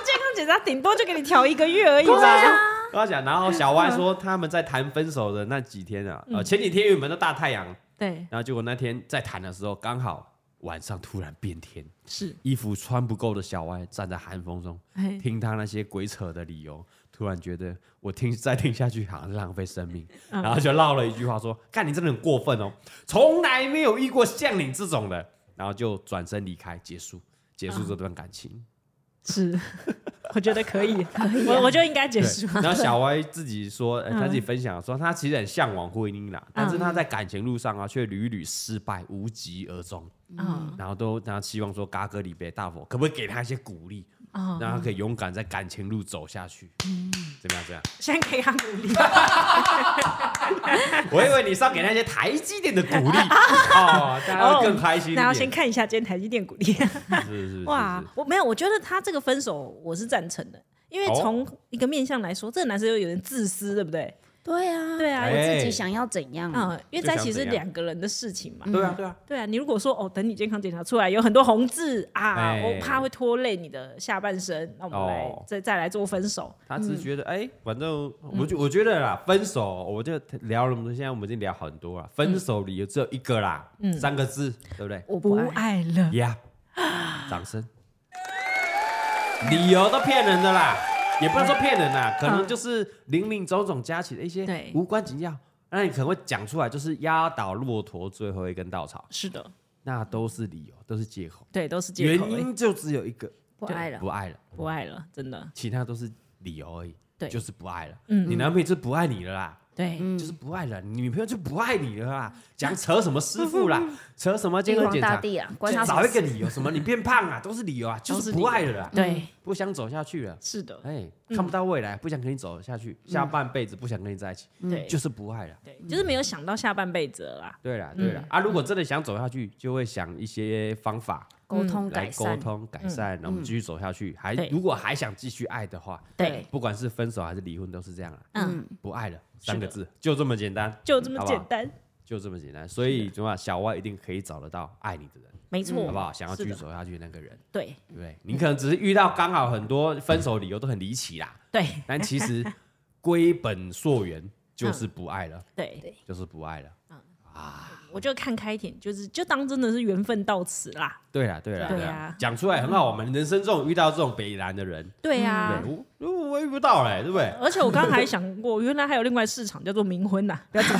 [SPEAKER 3] 健康检查顶多就给你调一个月而已
[SPEAKER 1] 对
[SPEAKER 3] 吧。
[SPEAKER 1] 啊跟他讲，然后小歪说他们在谈分手的那几天啊，呃，前几天因为我们都大太阳，
[SPEAKER 3] 对，
[SPEAKER 1] 然后结果那天在谈的时候，刚好晚上突然变天，
[SPEAKER 3] 是，
[SPEAKER 1] 衣服穿不够的小歪站在寒风中，
[SPEAKER 3] 哎，
[SPEAKER 1] 听他那些鬼扯的理由，突然觉得我听再听下去好像浪费生命，
[SPEAKER 3] 嗯
[SPEAKER 1] 然后就唠了一句话说：“干你真的很过分哦，从来没有遇过像你这种的。”然后就转身离开，结束结束这段感
[SPEAKER 3] 嗯
[SPEAKER 1] 情。
[SPEAKER 3] 是，我觉得可以，我我就应该结
[SPEAKER 1] 啊对
[SPEAKER 3] 束。
[SPEAKER 1] 然后小歪自己说，呃
[SPEAKER 3] 嗯
[SPEAKER 1] 他自己分享说，他其实很向往婚姻啦，但是他在感情路上啊，却屡屡失败，无疾而终。
[SPEAKER 3] 嗯
[SPEAKER 1] 然后都然后希望说嘎哥里贝大佛可不可以给他一些鼓励，
[SPEAKER 3] 嗯，
[SPEAKER 1] 让他可以勇敢在感情路走下去？怎么样？怎么样？
[SPEAKER 3] 先给他鼓 励。
[SPEAKER 1] 我以为你是要给他一些台积电的鼓 励哦，大家会更开心一
[SPEAKER 3] 那要
[SPEAKER 1] 点。
[SPEAKER 3] 先
[SPEAKER 1] 是
[SPEAKER 3] 看一下今天台积电鼓励。
[SPEAKER 1] 是是是
[SPEAKER 3] 哇，我没有，我觉得他这个分手我是赞成的，因为从一个面向来说，这个男生又有点自私，对不对？
[SPEAKER 2] 对啊，
[SPEAKER 3] 对啊，
[SPEAKER 1] 哎
[SPEAKER 5] 我自己想要怎样？
[SPEAKER 3] 嗯，因为
[SPEAKER 1] 就
[SPEAKER 3] 在一
[SPEAKER 1] 想
[SPEAKER 3] 起
[SPEAKER 1] 怎
[SPEAKER 3] 是
[SPEAKER 1] 样
[SPEAKER 3] 两个人的事情嘛。
[SPEAKER 1] 对啊对啊，
[SPEAKER 3] 对啊，你如果说哦，等你健康检查出来有很多红字啊，
[SPEAKER 1] 哎
[SPEAKER 3] 我怕会拖累你的下半身，那我们来、
[SPEAKER 1] 哦
[SPEAKER 3] 再再来做分手。
[SPEAKER 1] 他只是觉得哎，反正
[SPEAKER 3] 嗯
[SPEAKER 1] 我觉我觉得啦，分手我就聊了，我们现在我们已经聊很多了，
[SPEAKER 3] 嗯
[SPEAKER 1] 分手理由只有一个啦，三个字，对不对
[SPEAKER 2] 我不爱，
[SPEAKER 3] 爱了，
[SPEAKER 1] ？Yeah，掌声。理由都骗人的啦，也不能说骗人啦，可能就是零零总总加起的一些
[SPEAKER 3] 嗯对
[SPEAKER 1] 无关紧要，那你可能会讲出来，就是压倒骆驼最后一根稻草，
[SPEAKER 3] 是的，
[SPEAKER 1] 那都是理由，都是借口，
[SPEAKER 3] 对，都是借
[SPEAKER 1] 原
[SPEAKER 3] 口而已，哎
[SPEAKER 1] 因就只有一个，
[SPEAKER 2] 不爱了
[SPEAKER 1] 不，爱了，
[SPEAKER 3] 不爱了，真的，
[SPEAKER 1] 其他都是理由而已，
[SPEAKER 3] 对
[SPEAKER 1] 就是不爱了，
[SPEAKER 3] 嗯
[SPEAKER 1] 你男朋友就不爱你了啦。
[SPEAKER 3] 对，
[SPEAKER 1] 就是不爱了，你女朋友就不爱你了啦， 讲扯什么师傅啦，扯什么健
[SPEAKER 2] 玉
[SPEAKER 1] 康
[SPEAKER 2] 皇
[SPEAKER 1] 检
[SPEAKER 2] 大
[SPEAKER 1] 查，
[SPEAKER 2] 帝啊，关
[SPEAKER 1] 就
[SPEAKER 2] 他什
[SPEAKER 1] 找
[SPEAKER 2] 么
[SPEAKER 1] 一个
[SPEAKER 2] 事？
[SPEAKER 1] 理由，什么你变胖啊，都 是理由啊，就是不爱了啦，
[SPEAKER 3] 对，
[SPEAKER 1] 不想走下去了，
[SPEAKER 3] 是的，
[SPEAKER 1] 哎，看不到未来，不想跟你走下去，下半辈子不想跟你在一起，
[SPEAKER 3] 对，
[SPEAKER 1] 就是不爱了。
[SPEAKER 3] 对，就是没有想到下半辈子了啦。
[SPEAKER 1] 对了，对了啊，如果真的想走下去，就会想一些方法
[SPEAKER 2] 嗯沟通
[SPEAKER 1] 来
[SPEAKER 2] 改
[SPEAKER 1] 沟
[SPEAKER 2] 善，
[SPEAKER 1] 通改善，然后我们继续走下去。还
[SPEAKER 3] 对
[SPEAKER 1] 如果还想继续爱的话，
[SPEAKER 3] 对，
[SPEAKER 1] 不管是分手还是离婚，都是这样啦，
[SPEAKER 3] 嗯，
[SPEAKER 1] 不爱了三个字，就这么简单。
[SPEAKER 3] 就这么
[SPEAKER 1] 好不好
[SPEAKER 3] 简单，
[SPEAKER 1] 就这么简单。所以怎么样，小歪一定可以找得到爱你的人，
[SPEAKER 3] 没错，
[SPEAKER 1] 嗯好不好？想要继续
[SPEAKER 3] 嗯是的
[SPEAKER 1] 走下去的那个人，
[SPEAKER 3] 对
[SPEAKER 1] 对不对？你可能只是遇到刚好很多分手理由都很离奇 啦，
[SPEAKER 3] 对
[SPEAKER 1] 但其实归本溯源就是不爱
[SPEAKER 3] 嗯
[SPEAKER 1] 了，
[SPEAKER 3] 对，
[SPEAKER 1] 就是不爱了。
[SPEAKER 3] 我就看开一点，就是就当真的是缘分到此啦。
[SPEAKER 1] 对啦，对啦，
[SPEAKER 3] 对啊
[SPEAKER 1] 啦，讲出来很好。我们人生中有遇到这种北兰的人，
[SPEAKER 3] 对啊，
[SPEAKER 1] 对，我我遇不到嘞，对不 对？
[SPEAKER 3] 而且我刚刚还想过，原来还有另外市场叫做冥婚呐、不要紧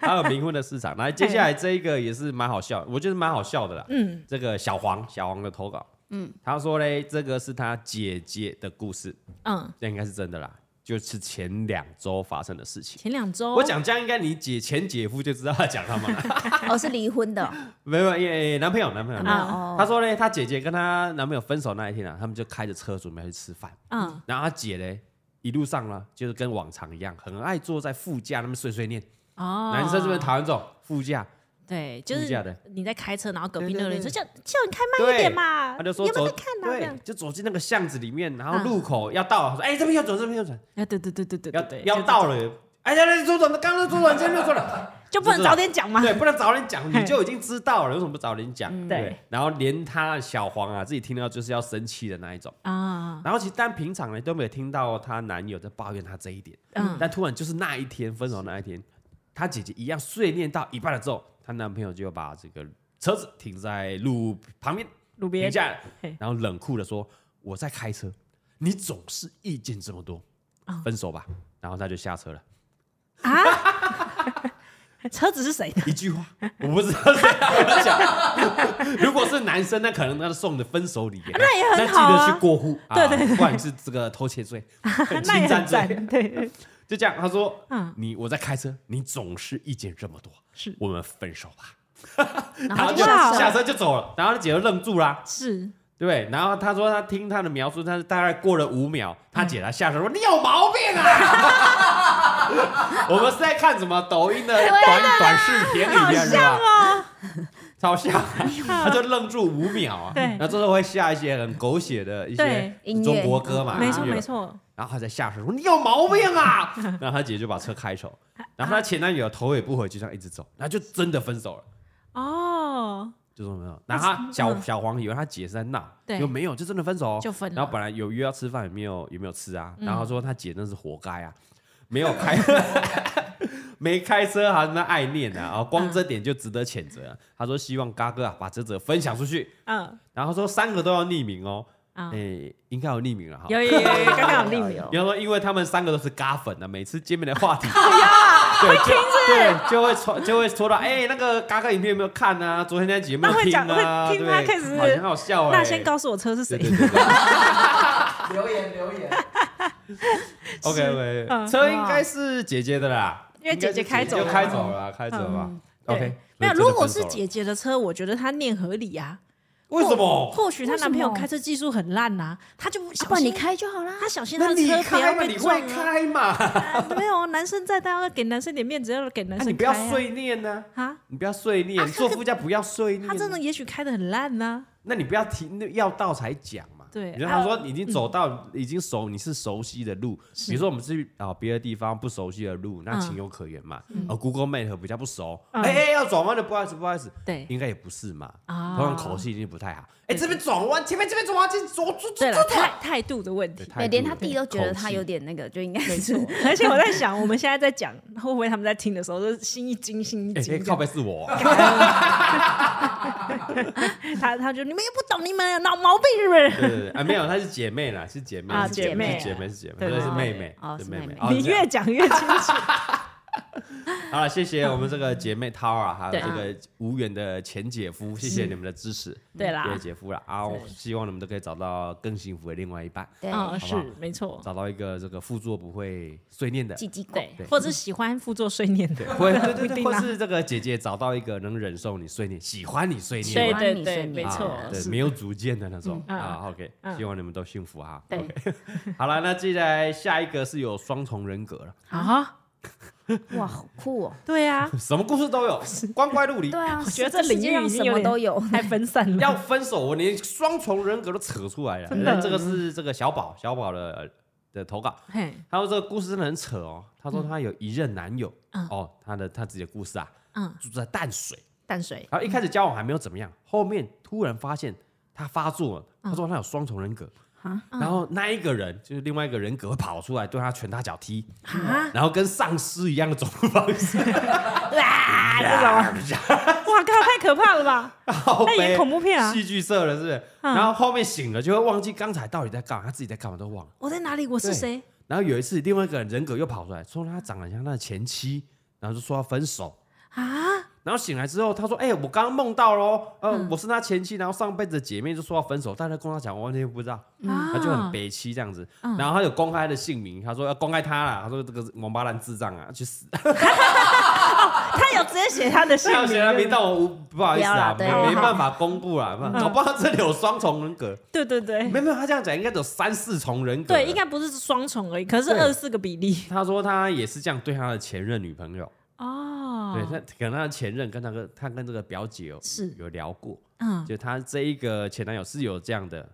[SPEAKER 1] 还有冥婚的市场。来，接下来这一个也是蛮好笑，我觉得蛮好笑的啦。嗯，这个小黄，小黄的投稿，嗯，他说嘞，这个是他姐姐的故事，
[SPEAKER 3] 嗯，
[SPEAKER 1] 这应该是真的啦，就是前两周发生的事情。
[SPEAKER 3] 前两周
[SPEAKER 1] 我讲这样，应该你姐前姐夫就知道他讲他们了。
[SPEAKER 3] 嗯
[SPEAKER 2] 哦，是离婚 的哦，
[SPEAKER 1] 没有，因为男朋友，男朋友。
[SPEAKER 3] 啊
[SPEAKER 2] 哦
[SPEAKER 1] 他说嘞，他姐姐跟她男朋友分手那一天啊，他们就开着车准备要去吃饭。
[SPEAKER 3] 嗯
[SPEAKER 1] 然后他姐嘞，一路上呢，就是跟往常一样，很爱坐在副驾那边碎碎念。
[SPEAKER 3] 哦，
[SPEAKER 1] 男生是不是讨厌这种副驾？
[SPEAKER 3] 对，就
[SPEAKER 1] 副驾的
[SPEAKER 3] 是你在开车，然后隔
[SPEAKER 1] 对
[SPEAKER 3] 壁
[SPEAKER 1] 对
[SPEAKER 3] 那个人
[SPEAKER 1] 对
[SPEAKER 3] 说叫叫你开慢一点嘛，
[SPEAKER 1] 他就说
[SPEAKER 3] 有没
[SPEAKER 1] 走
[SPEAKER 3] 有在看啊？这样
[SPEAKER 1] 对，就走进那个巷子里面，然后路口要到了，他说哎这边要转，这边要转，
[SPEAKER 3] 啊，对对对对对对对，
[SPEAKER 1] 要要
[SPEAKER 3] 就
[SPEAKER 1] 到了，哎来来左转，刚刚左转，这边右转了，
[SPEAKER 3] 就不能早点 讲嘛？
[SPEAKER 1] 啊对，不能早点讲，
[SPEAKER 3] 嘿嗯
[SPEAKER 1] 你就已经知道了，为什么不早点讲？
[SPEAKER 3] 对，
[SPEAKER 1] 然后连他小黄啊自己听到就是要生气的那一种，
[SPEAKER 3] 啊，
[SPEAKER 1] 然后其实但平常呢都没有听到她男友在抱怨她这一点，
[SPEAKER 3] 嗯
[SPEAKER 1] 但突然就是那一天分手那一天，她姐姐一样碎念到一半了之后，她男朋友就把这个车子停在路旁边。
[SPEAKER 3] 路
[SPEAKER 1] 停
[SPEAKER 3] 边
[SPEAKER 1] 下来
[SPEAKER 3] 嘿，
[SPEAKER 1] 然后冷酷的说：“我在开车，你总是意见这么多，
[SPEAKER 3] 哦
[SPEAKER 1] 分手吧。”然后他就下车了，
[SPEAKER 3] 车子是谁 的？
[SPEAKER 1] 一句话，我不知道谁要讲。 如果是男生，那可能他送的分手礼言，
[SPEAKER 3] 那也很好啊
[SPEAKER 1] 那记得去过户，啊
[SPEAKER 3] 对对对
[SPEAKER 1] 不管是这个偷窃罪、
[SPEAKER 3] 那也
[SPEAKER 1] 侵占罪，
[SPEAKER 3] 很赞，对，
[SPEAKER 1] 就这样，他说，
[SPEAKER 3] 嗯
[SPEAKER 1] 你我在开车，你总是意见这么多，
[SPEAKER 3] 是
[SPEAKER 1] 我们分手吧。
[SPEAKER 3] 然
[SPEAKER 1] 然
[SPEAKER 3] 后
[SPEAKER 1] 后
[SPEAKER 3] 就
[SPEAKER 1] 就
[SPEAKER 3] 下
[SPEAKER 1] 下
[SPEAKER 3] 手
[SPEAKER 1] 车就走了，然后姐就愣住啦，
[SPEAKER 3] 是
[SPEAKER 1] 对不对？然后他说他听他的描述，他大概过了五秒，他姐她下车说：“你有毛病啊！” 我们是在看什么抖音的
[SPEAKER 3] 啊
[SPEAKER 1] 短短视频里面是吧？
[SPEAKER 3] 哦
[SPEAKER 1] 超像，啊他就愣住五秒啊。
[SPEAKER 3] 对
[SPEAKER 1] 然后这时候会下一些很狗血的一些
[SPEAKER 3] 对
[SPEAKER 2] 音乐
[SPEAKER 1] 中国歌嘛，
[SPEAKER 3] 没错
[SPEAKER 1] 音乐
[SPEAKER 3] 没。错，
[SPEAKER 1] 然后他在下车说：“你有毛病啊！”然后他姐就把车开走，然后他前男友头也不回，就这样一直走，然后就真的分手了。
[SPEAKER 3] 哦，
[SPEAKER 1] 就说没有，然后他小
[SPEAKER 3] 嗯
[SPEAKER 1] 小黄以为他姐是在闹，
[SPEAKER 3] 对
[SPEAKER 1] 就没有，就真的分手哦，
[SPEAKER 3] 就分了嗯
[SPEAKER 1] 然后本来有约要吃饭，也没有也没有吃啊，然后他说他姐那是活该 啊，没有开，没开车还那爱念啊，然后
[SPEAKER 3] 嗯
[SPEAKER 1] 光这点就值得谴责啊。他说希望嘎哥啊把这则分享出去，
[SPEAKER 3] 嗯
[SPEAKER 1] 然后说三个都要匿名哦，
[SPEAKER 3] 啊，
[SPEAKER 1] 诶，应该有匿名了哈。
[SPEAKER 3] 有有有
[SPEAKER 2] 哎
[SPEAKER 3] 有，
[SPEAKER 1] 哎
[SPEAKER 3] 哦刚刚有
[SPEAKER 2] 有
[SPEAKER 3] 另
[SPEAKER 2] 有
[SPEAKER 3] 一个
[SPEAKER 2] 有
[SPEAKER 1] 比方说，因为他们三个都是嘎粉啊，每次见面的话题， 对，就对，就会说就会说到，哎、那个嘎嘎影片有没有看啊？昨天那集有没有
[SPEAKER 3] 那会
[SPEAKER 1] 听
[SPEAKER 3] 讲
[SPEAKER 1] 啊？
[SPEAKER 3] 会
[SPEAKER 1] 对
[SPEAKER 3] 听
[SPEAKER 1] 不
[SPEAKER 3] 他
[SPEAKER 1] 对？
[SPEAKER 3] 开始
[SPEAKER 1] 好像很好笑哎、
[SPEAKER 3] 那先告诉我车是谁
[SPEAKER 1] 对。对对 对
[SPEAKER 4] 留言留 言，
[SPEAKER 1] OK OK，、
[SPEAKER 3] 嗯
[SPEAKER 1] 车应该是姐姐的啦，
[SPEAKER 3] 因为姐姐
[SPEAKER 1] 应该
[SPEAKER 3] 开
[SPEAKER 1] 是
[SPEAKER 3] 走
[SPEAKER 1] 姐
[SPEAKER 3] 了嗯
[SPEAKER 1] 姐就开走了啊，开走了吧。
[SPEAKER 3] 对
[SPEAKER 1] OK，
[SPEAKER 3] 没有，
[SPEAKER 1] 所以真的
[SPEAKER 3] 如果是
[SPEAKER 1] 分手了，
[SPEAKER 3] 姐姐的车，我觉得她念合理啊。
[SPEAKER 1] 为什
[SPEAKER 3] 或
[SPEAKER 1] 么？
[SPEAKER 3] 或许她男朋友
[SPEAKER 2] 为什么
[SPEAKER 3] 开车技术很烂呐，她就
[SPEAKER 2] 啊
[SPEAKER 3] 小
[SPEAKER 2] 不然
[SPEAKER 3] 心
[SPEAKER 2] 你，开就好啦。
[SPEAKER 3] 她小心
[SPEAKER 1] 那
[SPEAKER 3] 她
[SPEAKER 1] 你
[SPEAKER 3] 车不
[SPEAKER 1] 开
[SPEAKER 3] 要
[SPEAKER 1] 嘛，
[SPEAKER 3] 被
[SPEAKER 1] 你
[SPEAKER 3] 撞
[SPEAKER 1] 会
[SPEAKER 3] 啊。
[SPEAKER 1] 开嘛？
[SPEAKER 3] 没有，啊男生在，大家给男生点面子，要给男
[SPEAKER 1] 那
[SPEAKER 3] 生
[SPEAKER 1] 你不要
[SPEAKER 3] 开啊
[SPEAKER 1] 碎念呢、
[SPEAKER 3] 啊。
[SPEAKER 1] 你不要碎念，
[SPEAKER 3] 啊
[SPEAKER 1] 你坐副驾不要碎念。啊
[SPEAKER 3] 他真的也许开的很烂呐，
[SPEAKER 1] 那你不要提，那要到才讲嘛。
[SPEAKER 3] 对
[SPEAKER 1] 你知道他
[SPEAKER 3] 啊
[SPEAKER 1] 说已经走到已经熟，你是熟悉的路。比如说我们去啊别的地方不熟悉的路，那
[SPEAKER 3] 嗯
[SPEAKER 1] 情有可原嘛。呃，Google Map 比较不熟，
[SPEAKER 3] 嗯
[SPEAKER 1] 哎哎要转弯的，不好意思不好意思，
[SPEAKER 3] 对
[SPEAKER 1] 应该也不是嘛。
[SPEAKER 3] 啊
[SPEAKER 1] 通常口气已经不太好。哎，
[SPEAKER 3] 对
[SPEAKER 1] 这边转弯，前面这边转弯，这左左左
[SPEAKER 3] 对了，
[SPEAKER 1] 左
[SPEAKER 3] 态态度的问题。
[SPEAKER 2] 对，连他弟都觉得他有。
[SPEAKER 1] 口气
[SPEAKER 2] 点那个，就应该是
[SPEAKER 3] 而且我在想，我们现在在讲，会不会他们在听的时候都是心一惊，心一
[SPEAKER 1] 哎哎，
[SPEAKER 3] 惊这
[SPEAKER 1] 靠
[SPEAKER 3] 样。
[SPEAKER 1] 背是我啊，
[SPEAKER 3] 他他就你们又不懂，你们有脑毛病是不是？
[SPEAKER 1] 对对对，啊没有，她是姐妹啦，是姐妹
[SPEAKER 3] 啊
[SPEAKER 1] 是
[SPEAKER 3] 姐妹
[SPEAKER 1] 是姐妹是姐妹，
[SPEAKER 3] 对
[SPEAKER 1] 那是
[SPEAKER 3] 对
[SPEAKER 1] 妹
[SPEAKER 2] 对
[SPEAKER 1] 妹
[SPEAKER 2] 哦
[SPEAKER 1] 是
[SPEAKER 2] 是
[SPEAKER 1] 妹
[SPEAKER 2] 妹
[SPEAKER 1] 妹
[SPEAKER 2] 妹。
[SPEAKER 1] 哦
[SPEAKER 3] 你
[SPEAKER 1] 这样
[SPEAKER 3] 越讲越清楚。
[SPEAKER 1] 好了，谢谢我们这个姐妹涛啊，还有
[SPEAKER 3] 对
[SPEAKER 1] 这个无缘的前姐夫，谢谢你们的支持，
[SPEAKER 3] 对啦
[SPEAKER 1] 谢谢姐夫了啊！我希望你们都可以找到更幸福的另外一半，
[SPEAKER 2] 对
[SPEAKER 3] 嗯，
[SPEAKER 1] 好不
[SPEAKER 3] 是
[SPEAKER 1] 好
[SPEAKER 3] 没错，
[SPEAKER 1] 找到一个这个副作不会碎念的，
[SPEAKER 2] 鸡鸡狗。
[SPEAKER 3] 对，或者喜欢副作睡念的，
[SPEAKER 1] 不会对对
[SPEAKER 3] 不一
[SPEAKER 1] 对，
[SPEAKER 3] 定
[SPEAKER 1] 或
[SPEAKER 3] 啊
[SPEAKER 1] 是这个姐姐找到一个能忍受你碎念、喜欢你碎念
[SPEAKER 3] 对
[SPEAKER 1] 的，
[SPEAKER 2] 喜
[SPEAKER 3] 对
[SPEAKER 2] 欢你
[SPEAKER 3] 对，
[SPEAKER 2] 睡
[SPEAKER 3] 没
[SPEAKER 2] 眠
[SPEAKER 3] 错
[SPEAKER 1] 啊，对，
[SPEAKER 3] 是
[SPEAKER 1] 没有主见的那种
[SPEAKER 3] 嗯
[SPEAKER 1] 啊。OK，希望你们都幸福哈。
[SPEAKER 2] 对
[SPEAKER 1] OK，好了，那接下来下一个是有双重人格了，
[SPEAKER 3] 啊，
[SPEAKER 2] 哇，好酷哦！
[SPEAKER 3] 对 啊，
[SPEAKER 1] 什么故事都有，光怪陆离
[SPEAKER 2] 对。啊，
[SPEAKER 3] 我觉得这
[SPEAKER 2] 这世
[SPEAKER 3] 领域
[SPEAKER 2] 界
[SPEAKER 3] 已
[SPEAKER 2] 上
[SPEAKER 3] 经
[SPEAKER 2] 什
[SPEAKER 3] 有
[SPEAKER 2] 么
[SPEAKER 3] 点哎
[SPEAKER 2] 都 有。
[SPEAKER 3] 太分散了。
[SPEAKER 1] 要分手，我连双重人格都扯出来了。哎
[SPEAKER 3] 真的
[SPEAKER 1] 这个是这个小宝小宝的呃的投稿，
[SPEAKER 3] 嘿，
[SPEAKER 1] 他说这个故事真的很扯哦。他说他有一任男友，
[SPEAKER 3] 嗯
[SPEAKER 1] 哦，他的他自己的故事啊，
[SPEAKER 3] 嗯，
[SPEAKER 1] 住在淡水，
[SPEAKER 3] 淡水
[SPEAKER 1] 然后一开始交往还没有怎么样，后面突然发现他发作了，他
[SPEAKER 3] 嗯
[SPEAKER 1] 说他有双重人格。然后那一个人就是另外一个人格会跑出来对他拳打脚踢，
[SPEAKER 3] 啊，
[SPEAKER 1] 然后跟丧尸一样的走路方 式，
[SPEAKER 3] 哇，这种， 哇靠，太可怕了吧？
[SPEAKER 1] 好
[SPEAKER 3] 那演
[SPEAKER 1] 悲
[SPEAKER 3] 恐怖片啊
[SPEAKER 1] 戏剧社了是不是？
[SPEAKER 3] 嗯
[SPEAKER 1] 然后后面醒了就会忘记刚才到底在干嘛，他自己在干嘛都忘了。
[SPEAKER 3] 我在哪里？我是
[SPEAKER 1] 对
[SPEAKER 3] 谁？
[SPEAKER 1] 然后有一次，另外一个人人格又跑出来，说他长得像他的前妻，然后就说要分手。
[SPEAKER 3] 啊，
[SPEAKER 1] 然后醒来之后，他说：“哎、我刚刚梦到喽，呃，我是他前妻，然后上辈子的姐妹就说要分手，但他跟他讲，我完全不知道，
[SPEAKER 3] 啊
[SPEAKER 1] 他就很悲戚这样子。然后他有公开的姓名，他说哦要公开他啦，他说这个王八蛋智障啊，去死！
[SPEAKER 3] 他有直接 写他的姓
[SPEAKER 1] 他有写他名，
[SPEAKER 3] 名，
[SPEAKER 1] 但我无不好意思啊，
[SPEAKER 2] 不
[SPEAKER 1] 没
[SPEAKER 2] 要啦对
[SPEAKER 1] 没办法公布啦，搞不好这里有双重人格，
[SPEAKER 3] 对对对
[SPEAKER 1] 没有没有，他这样讲应该有三四重人格，
[SPEAKER 3] 嗯对，应。”该不是双重而已，可是
[SPEAKER 1] 对
[SPEAKER 3] 二四个比例
[SPEAKER 1] 他说他也是这样对他的前任女朋友，
[SPEAKER 3] 哦
[SPEAKER 1] 对，他可能他的前任跟那个他跟这个表姐有
[SPEAKER 3] 是
[SPEAKER 1] 有聊过，
[SPEAKER 3] 嗯
[SPEAKER 1] 就他这一个前男友是有这样的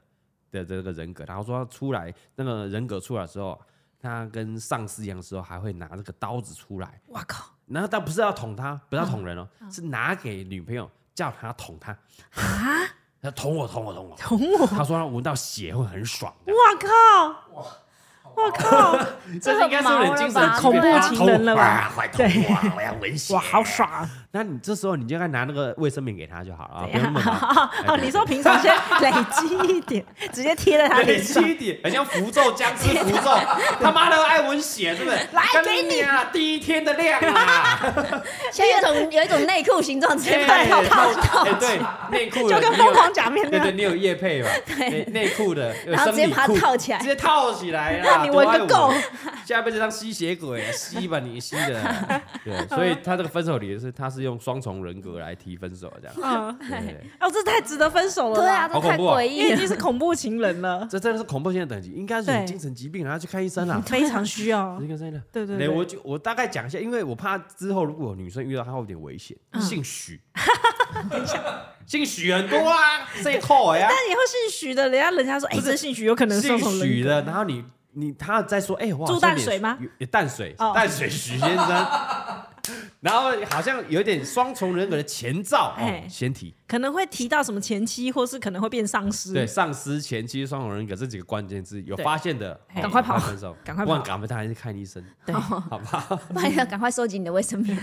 [SPEAKER 1] 的这个人格，然后说他出来那个人格出来的时候，他跟丧尸一样的时候，还会拿这个刀子出来，
[SPEAKER 3] 哇靠，
[SPEAKER 1] 然后但不是要捅他，不是要捅人哦，
[SPEAKER 3] 嗯
[SPEAKER 1] 是拿给女朋友叫他捅他
[SPEAKER 3] 啊，
[SPEAKER 1] 他捅我捅我捅我，
[SPEAKER 3] 捅我，
[SPEAKER 1] 他说他闻到血会很爽的，
[SPEAKER 3] 哇靠，哇靠，
[SPEAKER 1] 这应该是有点精神疾
[SPEAKER 2] 这很
[SPEAKER 1] 病吧
[SPEAKER 2] 毛了吧
[SPEAKER 3] 恐怖情人了吧
[SPEAKER 1] 啊快捅我啊，我要闻血，
[SPEAKER 3] 哇好。爽！啊
[SPEAKER 1] 那你这时候你就该拿那个卫生棉给他就好了啊，不
[SPEAKER 3] 等
[SPEAKER 1] 用
[SPEAKER 3] 一下
[SPEAKER 1] 那么 麻烦
[SPEAKER 3] 哦，你说平常先累积一 点，直接贴在他
[SPEAKER 1] 累
[SPEAKER 3] 脸上。
[SPEAKER 1] 积一点，很像符咒僵尸符 咒，他妈的爱闻血是不是？来
[SPEAKER 3] 给你
[SPEAKER 1] 啊！第一天的量 啊，
[SPEAKER 2] 现在有一种有一种内裤形状直接
[SPEAKER 1] 哎
[SPEAKER 2] 放到套
[SPEAKER 1] 套
[SPEAKER 2] 套，
[SPEAKER 1] 哎对，内裤的
[SPEAKER 3] 就跟
[SPEAKER 1] 你有
[SPEAKER 3] 疯狂假面那
[SPEAKER 1] 对对，
[SPEAKER 3] 样，
[SPEAKER 1] 你有叶配吧？
[SPEAKER 2] 对
[SPEAKER 1] 内内裤的，有
[SPEAKER 2] 然后
[SPEAKER 1] 生
[SPEAKER 2] 直接
[SPEAKER 1] 理
[SPEAKER 2] 把它
[SPEAKER 1] 裤
[SPEAKER 2] 套起来
[SPEAKER 1] 直接套起来啊
[SPEAKER 3] 那
[SPEAKER 1] 啦
[SPEAKER 3] 你。你
[SPEAKER 1] 我
[SPEAKER 3] 闻个够，
[SPEAKER 1] 下辈子当吸血鬼、 啊，吸吧你吸的啊、 对，所以他这个分手理由是，他是用双重人格来提分手这 样。
[SPEAKER 3] 嗯，
[SPEAKER 1] 对对对
[SPEAKER 3] 哦，这太值得分手了吧，
[SPEAKER 2] 对
[SPEAKER 1] 好
[SPEAKER 2] 啊，这
[SPEAKER 1] 恐
[SPEAKER 2] 太
[SPEAKER 1] 怖哦
[SPEAKER 2] 诡
[SPEAKER 3] 因
[SPEAKER 2] 异
[SPEAKER 3] 为已
[SPEAKER 2] 了。
[SPEAKER 3] 经是恐怖情 人了，
[SPEAKER 1] 这真的是恐怖线的等级，应该是
[SPEAKER 3] 对
[SPEAKER 1] 有精神疾病，然后去看医生 啦。
[SPEAKER 3] 非常需要
[SPEAKER 1] 这，个真的，
[SPEAKER 3] 对对
[SPEAKER 1] 对，
[SPEAKER 3] 对
[SPEAKER 1] 我就我大概讲一下，因为我怕之后如果有女生遇到他会有点危险。
[SPEAKER 3] 嗯
[SPEAKER 1] 姓许， 姓许很多啊，谁扣呀？
[SPEAKER 3] 但以后姓许的，人家人家说，哎，这姓许有可能是
[SPEAKER 1] 姓
[SPEAKER 3] 双重人
[SPEAKER 1] 许
[SPEAKER 3] 格
[SPEAKER 1] 的，然后你你他在说，哎、我好
[SPEAKER 3] 住
[SPEAKER 1] 像
[SPEAKER 3] 淡
[SPEAKER 1] 脸
[SPEAKER 3] 水吗
[SPEAKER 1] 有？有淡水，
[SPEAKER 3] 哦
[SPEAKER 1] 淡水许先生。 然后好像有点双重人格的前兆哦
[SPEAKER 3] 哎，
[SPEAKER 1] 前提
[SPEAKER 3] 可能会提到什么前妻，或是可能会变丧尸。
[SPEAKER 1] 对上司前妻双重人格这几个关键字有
[SPEAKER 3] 对
[SPEAKER 1] 发现的，哦
[SPEAKER 3] 哎赶快跑
[SPEAKER 1] 分手，
[SPEAKER 3] 赶快
[SPEAKER 1] 不然
[SPEAKER 3] 跑
[SPEAKER 1] 赶不到还是看医生，
[SPEAKER 3] 对
[SPEAKER 1] 好吧？
[SPEAKER 2] 不然要赶快收集你的卫生棉。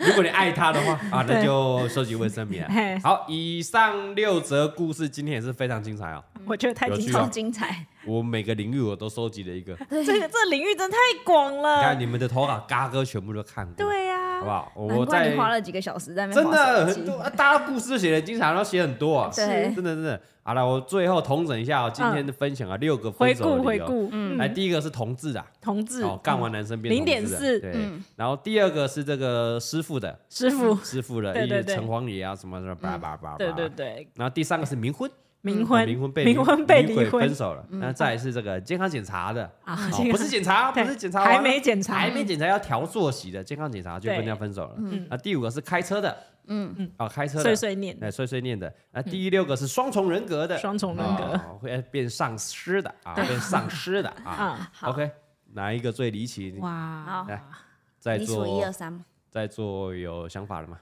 [SPEAKER 1] 如果你爱他的话啊，那
[SPEAKER 3] 对
[SPEAKER 1] 就收集卫生棉
[SPEAKER 3] 嘿
[SPEAKER 1] 啊。好，以上六则故事今天也是非常精彩 哦，
[SPEAKER 3] 我觉得太精
[SPEAKER 1] 有趣
[SPEAKER 3] 彩
[SPEAKER 1] 啊
[SPEAKER 2] 超，精彩！
[SPEAKER 1] 我每个领域我都收集了一个，你
[SPEAKER 3] 这个这领域真太广了
[SPEAKER 1] 看。你们的投稿嘎哥全部都看过，
[SPEAKER 3] 呃对啊呀
[SPEAKER 1] 好不，好？
[SPEAKER 2] 啊难
[SPEAKER 1] 我
[SPEAKER 2] 怪
[SPEAKER 1] 在
[SPEAKER 2] 你花了几个小时在那边
[SPEAKER 1] 真的
[SPEAKER 2] 划手
[SPEAKER 1] 很
[SPEAKER 2] 机
[SPEAKER 1] 多，啊大家故事都写的精彩，然后写很多 啊，
[SPEAKER 2] 对
[SPEAKER 1] 真的真的。好了，我最后统整一下哦，今天的分享啊，六个分
[SPEAKER 3] 回
[SPEAKER 1] 手
[SPEAKER 3] 顾
[SPEAKER 1] 的理
[SPEAKER 3] 回
[SPEAKER 1] 由。
[SPEAKER 3] 顾，
[SPEAKER 1] 来，
[SPEAKER 3] 嗯，
[SPEAKER 1] 第一个是同志啊，
[SPEAKER 3] 同志
[SPEAKER 1] 哦，干完男生变同志的
[SPEAKER 3] 0.4
[SPEAKER 1] 对。然后第二个是这个师傅的，
[SPEAKER 3] 师傅，
[SPEAKER 1] 师傅的，
[SPEAKER 3] 对
[SPEAKER 1] 一些
[SPEAKER 3] 对对嗯
[SPEAKER 1] 城隍爷啊什么什么，叭叭叭叭。
[SPEAKER 3] 对对。对，
[SPEAKER 1] 然后第三个是冥婚，
[SPEAKER 3] 冥
[SPEAKER 1] 啊
[SPEAKER 3] 婚，
[SPEAKER 1] 冥婚被
[SPEAKER 3] 冥婚被
[SPEAKER 1] 女
[SPEAKER 3] 离
[SPEAKER 1] 鬼
[SPEAKER 3] 婚嗯
[SPEAKER 1] 分手了。那再来是这个健康检查的，
[SPEAKER 3] 啊
[SPEAKER 1] 哦
[SPEAKER 3] 这个
[SPEAKER 1] 不是检查，不
[SPEAKER 3] 对
[SPEAKER 1] 是检查完了，
[SPEAKER 3] 还没检查，
[SPEAKER 1] 还没检查要调作息的健康检查就跟人家分手了。
[SPEAKER 3] 嗯
[SPEAKER 1] 啊，第五个是开车的，嗯嗯，哦，开车的
[SPEAKER 3] 碎，碎念，
[SPEAKER 1] 哎，碎碎念的。那
[SPEAKER 3] 嗯
[SPEAKER 1] 第六个是 双重人格的，
[SPEAKER 3] 双重人格
[SPEAKER 1] 哦会变丧尸的啊，变丧尸的 啊。
[SPEAKER 3] 啊，
[SPEAKER 1] OK，哪一个最离奇？
[SPEAKER 3] 哇
[SPEAKER 1] 来，在
[SPEAKER 2] 你数一
[SPEAKER 1] 座
[SPEAKER 2] 二三嘛，
[SPEAKER 1] 在座有想法了吗？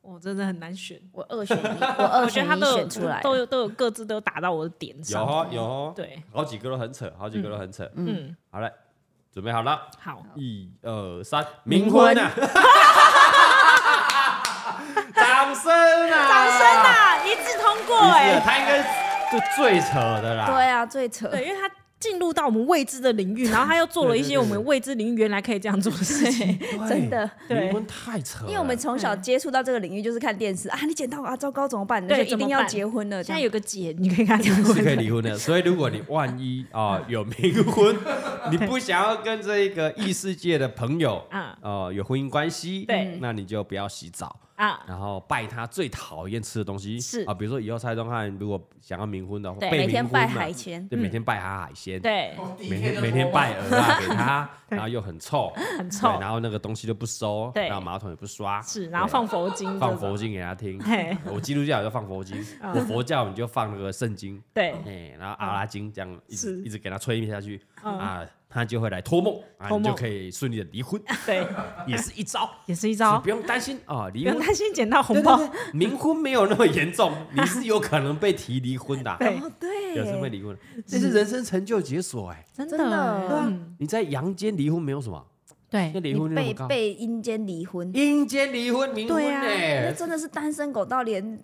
[SPEAKER 3] 我真的很难选。
[SPEAKER 2] 我二选一，我二
[SPEAKER 3] 我觉
[SPEAKER 2] 选
[SPEAKER 3] 得他
[SPEAKER 2] 一
[SPEAKER 3] 都有
[SPEAKER 2] 选出来了，
[SPEAKER 3] 都有都有各自都有打到我的点
[SPEAKER 1] 有
[SPEAKER 3] 上。
[SPEAKER 1] 哦有哦，
[SPEAKER 3] 对，
[SPEAKER 1] 好几个都很扯，好几个都很扯。
[SPEAKER 3] 嗯，
[SPEAKER 1] 好了，准备好了，
[SPEAKER 3] 好，
[SPEAKER 1] 一二三，
[SPEAKER 3] 冥
[SPEAKER 1] 冥
[SPEAKER 3] 婚
[SPEAKER 1] 婚啊！ 掌声啊！
[SPEAKER 3] 掌声！啊，一致通过
[SPEAKER 1] 是
[SPEAKER 3] 哎，
[SPEAKER 1] 他应该是最扯的啦。
[SPEAKER 2] 对啊，最扯。
[SPEAKER 3] 对，因为他。进入到我们未知的领 域，然后他又做了一些我们未知领域原来可以这样做的事情，
[SPEAKER 1] 对
[SPEAKER 2] 真的，
[SPEAKER 3] 对
[SPEAKER 1] 冥婚太扯了。
[SPEAKER 2] 因为我们从小接触到这个领域就是看电视啊，你捡到啊，糟糕怎么办？那就
[SPEAKER 3] 对
[SPEAKER 2] 一定
[SPEAKER 3] 怎么
[SPEAKER 2] 要
[SPEAKER 3] 办
[SPEAKER 2] 结婚了。这
[SPEAKER 3] 现在
[SPEAKER 2] 样
[SPEAKER 3] 有个姐，你可以跟她 结
[SPEAKER 1] 是可以
[SPEAKER 3] 婚。
[SPEAKER 1] 离婚的，所以如果你万一啊、有冥婚，你不想要跟这个异世界的朋友
[SPEAKER 3] 啊
[SPEAKER 1] 呃有婚姻关系，
[SPEAKER 3] 对
[SPEAKER 1] 那你就不要洗澡，
[SPEAKER 3] 啊，
[SPEAKER 1] 然后拜他最讨厌吃的东西
[SPEAKER 3] 是
[SPEAKER 1] 啊，比如说以后蔡宗翰如果想要冥婚的话，
[SPEAKER 3] 对
[SPEAKER 1] 被
[SPEAKER 2] 每天
[SPEAKER 1] 冥婚
[SPEAKER 2] 拜
[SPEAKER 1] 嘛
[SPEAKER 2] 海鲜嗯
[SPEAKER 1] 对，每天拜他海鲜，
[SPEAKER 3] 对，
[SPEAKER 1] 每天每天拜鹅啊给他，然后又很臭，
[SPEAKER 3] 很
[SPEAKER 1] 对
[SPEAKER 3] 臭
[SPEAKER 1] 然后那个东西都不收，
[SPEAKER 3] 对
[SPEAKER 1] 然后马桶也不刷，
[SPEAKER 3] 是，然后放佛经，
[SPEAKER 1] 啊放佛，经给他听
[SPEAKER 3] 嘿。嗯
[SPEAKER 1] 我基督教也就放佛经，我佛教你就放那个圣经，
[SPEAKER 3] 对
[SPEAKER 1] 哎，然后阿拉经这样一直
[SPEAKER 3] 是
[SPEAKER 1] 一直给他催眠下去
[SPEAKER 3] 嗯
[SPEAKER 1] 啊，他就会来托梦，啊，
[SPEAKER 3] 托
[SPEAKER 1] 你就
[SPEAKER 3] 梦
[SPEAKER 1] 可以顺利的离 婚，
[SPEAKER 3] 对，
[SPEAKER 1] 也是一 招，
[SPEAKER 3] 也是一
[SPEAKER 1] 所以
[SPEAKER 3] 招，
[SPEAKER 1] 不用担心啊，
[SPEAKER 3] 不
[SPEAKER 1] 离婚
[SPEAKER 3] 用担心捡哦到
[SPEAKER 1] 对
[SPEAKER 3] 红
[SPEAKER 1] 对
[SPEAKER 3] 包，
[SPEAKER 1] 对，冥婚没有那么严重，你是有可能被提离婚的啊，
[SPEAKER 3] 对，
[SPEAKER 2] 哦，对，
[SPEAKER 1] 有时候会离婚，这是人生成就解锁哎，
[SPEAKER 3] 真
[SPEAKER 2] 真的
[SPEAKER 1] 对啊
[SPEAKER 3] 嗯
[SPEAKER 1] 你在阳间离婚没有什么，那
[SPEAKER 3] 对，
[SPEAKER 1] 离婚率
[SPEAKER 2] 你
[SPEAKER 1] 那么
[SPEAKER 2] 被
[SPEAKER 1] 高，
[SPEAKER 2] 被阴间离婚，
[SPEAKER 1] 阴间离婚冥婚
[SPEAKER 3] 对啊
[SPEAKER 2] 那
[SPEAKER 1] 哎，
[SPEAKER 2] 真的是单身狗到连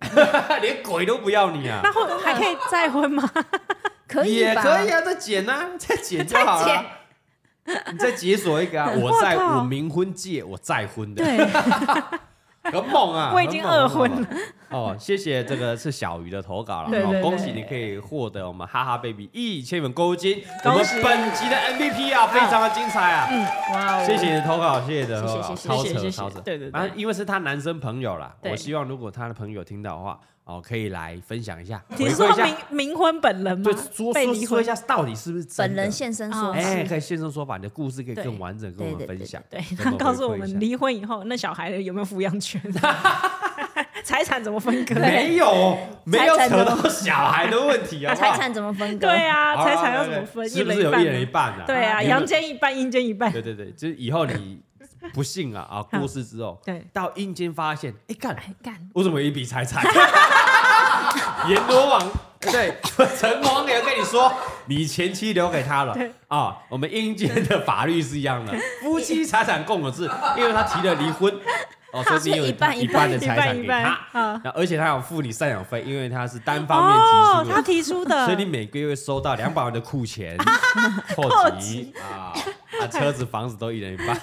[SPEAKER 1] 连鬼都不要 你啊
[SPEAKER 3] 那，会还可以再婚吗？
[SPEAKER 2] 可以
[SPEAKER 1] 也
[SPEAKER 2] 吧？
[SPEAKER 1] 可以啊，再剪啊， 再剪就好
[SPEAKER 2] 再剪
[SPEAKER 1] 了。 你再解锁一个 啊！我
[SPEAKER 3] 我
[SPEAKER 1] 在
[SPEAKER 3] 靠
[SPEAKER 1] 我冥婚界，我再婚 的，
[SPEAKER 3] 对，
[SPEAKER 1] 很猛啊！
[SPEAKER 3] 我已经
[SPEAKER 1] 很猛
[SPEAKER 3] 二
[SPEAKER 1] 很
[SPEAKER 3] 婚。
[SPEAKER 1] 猛很猛 哦，谢谢这个是小鱼的投稿了，
[SPEAKER 3] 对对
[SPEAKER 1] 哦
[SPEAKER 3] 对
[SPEAKER 1] 恭喜你可以获得我们哈哈 baby 一千元购物金，我
[SPEAKER 3] 恭
[SPEAKER 1] 们
[SPEAKER 3] 喜嗯
[SPEAKER 1] 本集的 MVP 啊，非常的精彩啊！
[SPEAKER 2] 哇哦，
[SPEAKER 1] 谢谢你的投稿，谢谢你的投稿，
[SPEAKER 2] 谢谢
[SPEAKER 1] 超
[SPEAKER 3] 谢谢
[SPEAKER 1] 扯
[SPEAKER 3] 谢谢
[SPEAKER 1] 超扯，
[SPEAKER 3] 对对对
[SPEAKER 1] 反正因为是他男生朋友啦，
[SPEAKER 3] 对
[SPEAKER 1] 我希望如果他的朋友听到的话，哦，可以来分享一下，回
[SPEAKER 3] 你
[SPEAKER 1] 馈
[SPEAKER 3] 说
[SPEAKER 1] 一下，
[SPEAKER 3] 冥冥婚本人吗
[SPEAKER 1] 对，说？
[SPEAKER 3] 被
[SPEAKER 1] 说
[SPEAKER 3] 离
[SPEAKER 1] 说
[SPEAKER 3] 婚
[SPEAKER 1] 一，下到底是不是真
[SPEAKER 2] 本
[SPEAKER 1] 的
[SPEAKER 2] 人现身说
[SPEAKER 3] 哦
[SPEAKER 2] 法，
[SPEAKER 1] 哎，可以现身说法，你的故事可以
[SPEAKER 3] 对
[SPEAKER 1] 更完整跟我们
[SPEAKER 2] 对对
[SPEAKER 1] 分享，
[SPEAKER 3] 对，
[SPEAKER 1] 跟
[SPEAKER 3] 然后
[SPEAKER 1] 们
[SPEAKER 3] 告诉
[SPEAKER 1] 回
[SPEAKER 3] 我
[SPEAKER 1] 馈一
[SPEAKER 3] 们
[SPEAKER 1] 下
[SPEAKER 3] 离婚以后，那小孩有没有抚养权？ 财产怎么分割？
[SPEAKER 1] 没 有哦没有
[SPEAKER 2] 财产
[SPEAKER 1] 扯
[SPEAKER 2] 怎
[SPEAKER 1] 到
[SPEAKER 2] 么
[SPEAKER 1] 小孩的问题啊，好不好
[SPEAKER 2] 财产怎么分割？
[SPEAKER 3] 对啊，
[SPEAKER 1] 好啊
[SPEAKER 3] 财产要怎么分？
[SPEAKER 1] 是不
[SPEAKER 3] 人
[SPEAKER 1] 是有
[SPEAKER 3] 半
[SPEAKER 1] 一
[SPEAKER 3] 吗
[SPEAKER 1] 人一半啊？
[SPEAKER 3] 对啊，
[SPEAKER 1] 你们
[SPEAKER 3] 阳间一半，阴间一半。
[SPEAKER 1] 对对对，就是以后你不幸 啊啊过世之后，
[SPEAKER 3] 对
[SPEAKER 1] 到阴间发现，哎干，
[SPEAKER 3] 干，
[SPEAKER 1] 我怎么有一笔财 产？阎罗王对陈王爷跟你说，你前妻留给他了啊，我们阴间的法律是一样 的，夫妻财产共有制，因为他提了离婚。哦，所以你有
[SPEAKER 2] 一半
[SPEAKER 1] 一
[SPEAKER 2] 一
[SPEAKER 1] 半
[SPEAKER 2] 半
[SPEAKER 1] 的
[SPEAKER 3] 一
[SPEAKER 1] 财
[SPEAKER 3] 半
[SPEAKER 1] 产
[SPEAKER 3] 一
[SPEAKER 1] 给
[SPEAKER 3] 半
[SPEAKER 1] 他，
[SPEAKER 3] 啊
[SPEAKER 1] 然后而且他有付你赡养费，因为他是单方面
[SPEAKER 3] 哦，
[SPEAKER 1] 提出
[SPEAKER 3] 他
[SPEAKER 1] 的，
[SPEAKER 3] 提出的，
[SPEAKER 1] 所以你每个月收到两百万的库钱、 扣级啊，啊，车子、房子都一人一半。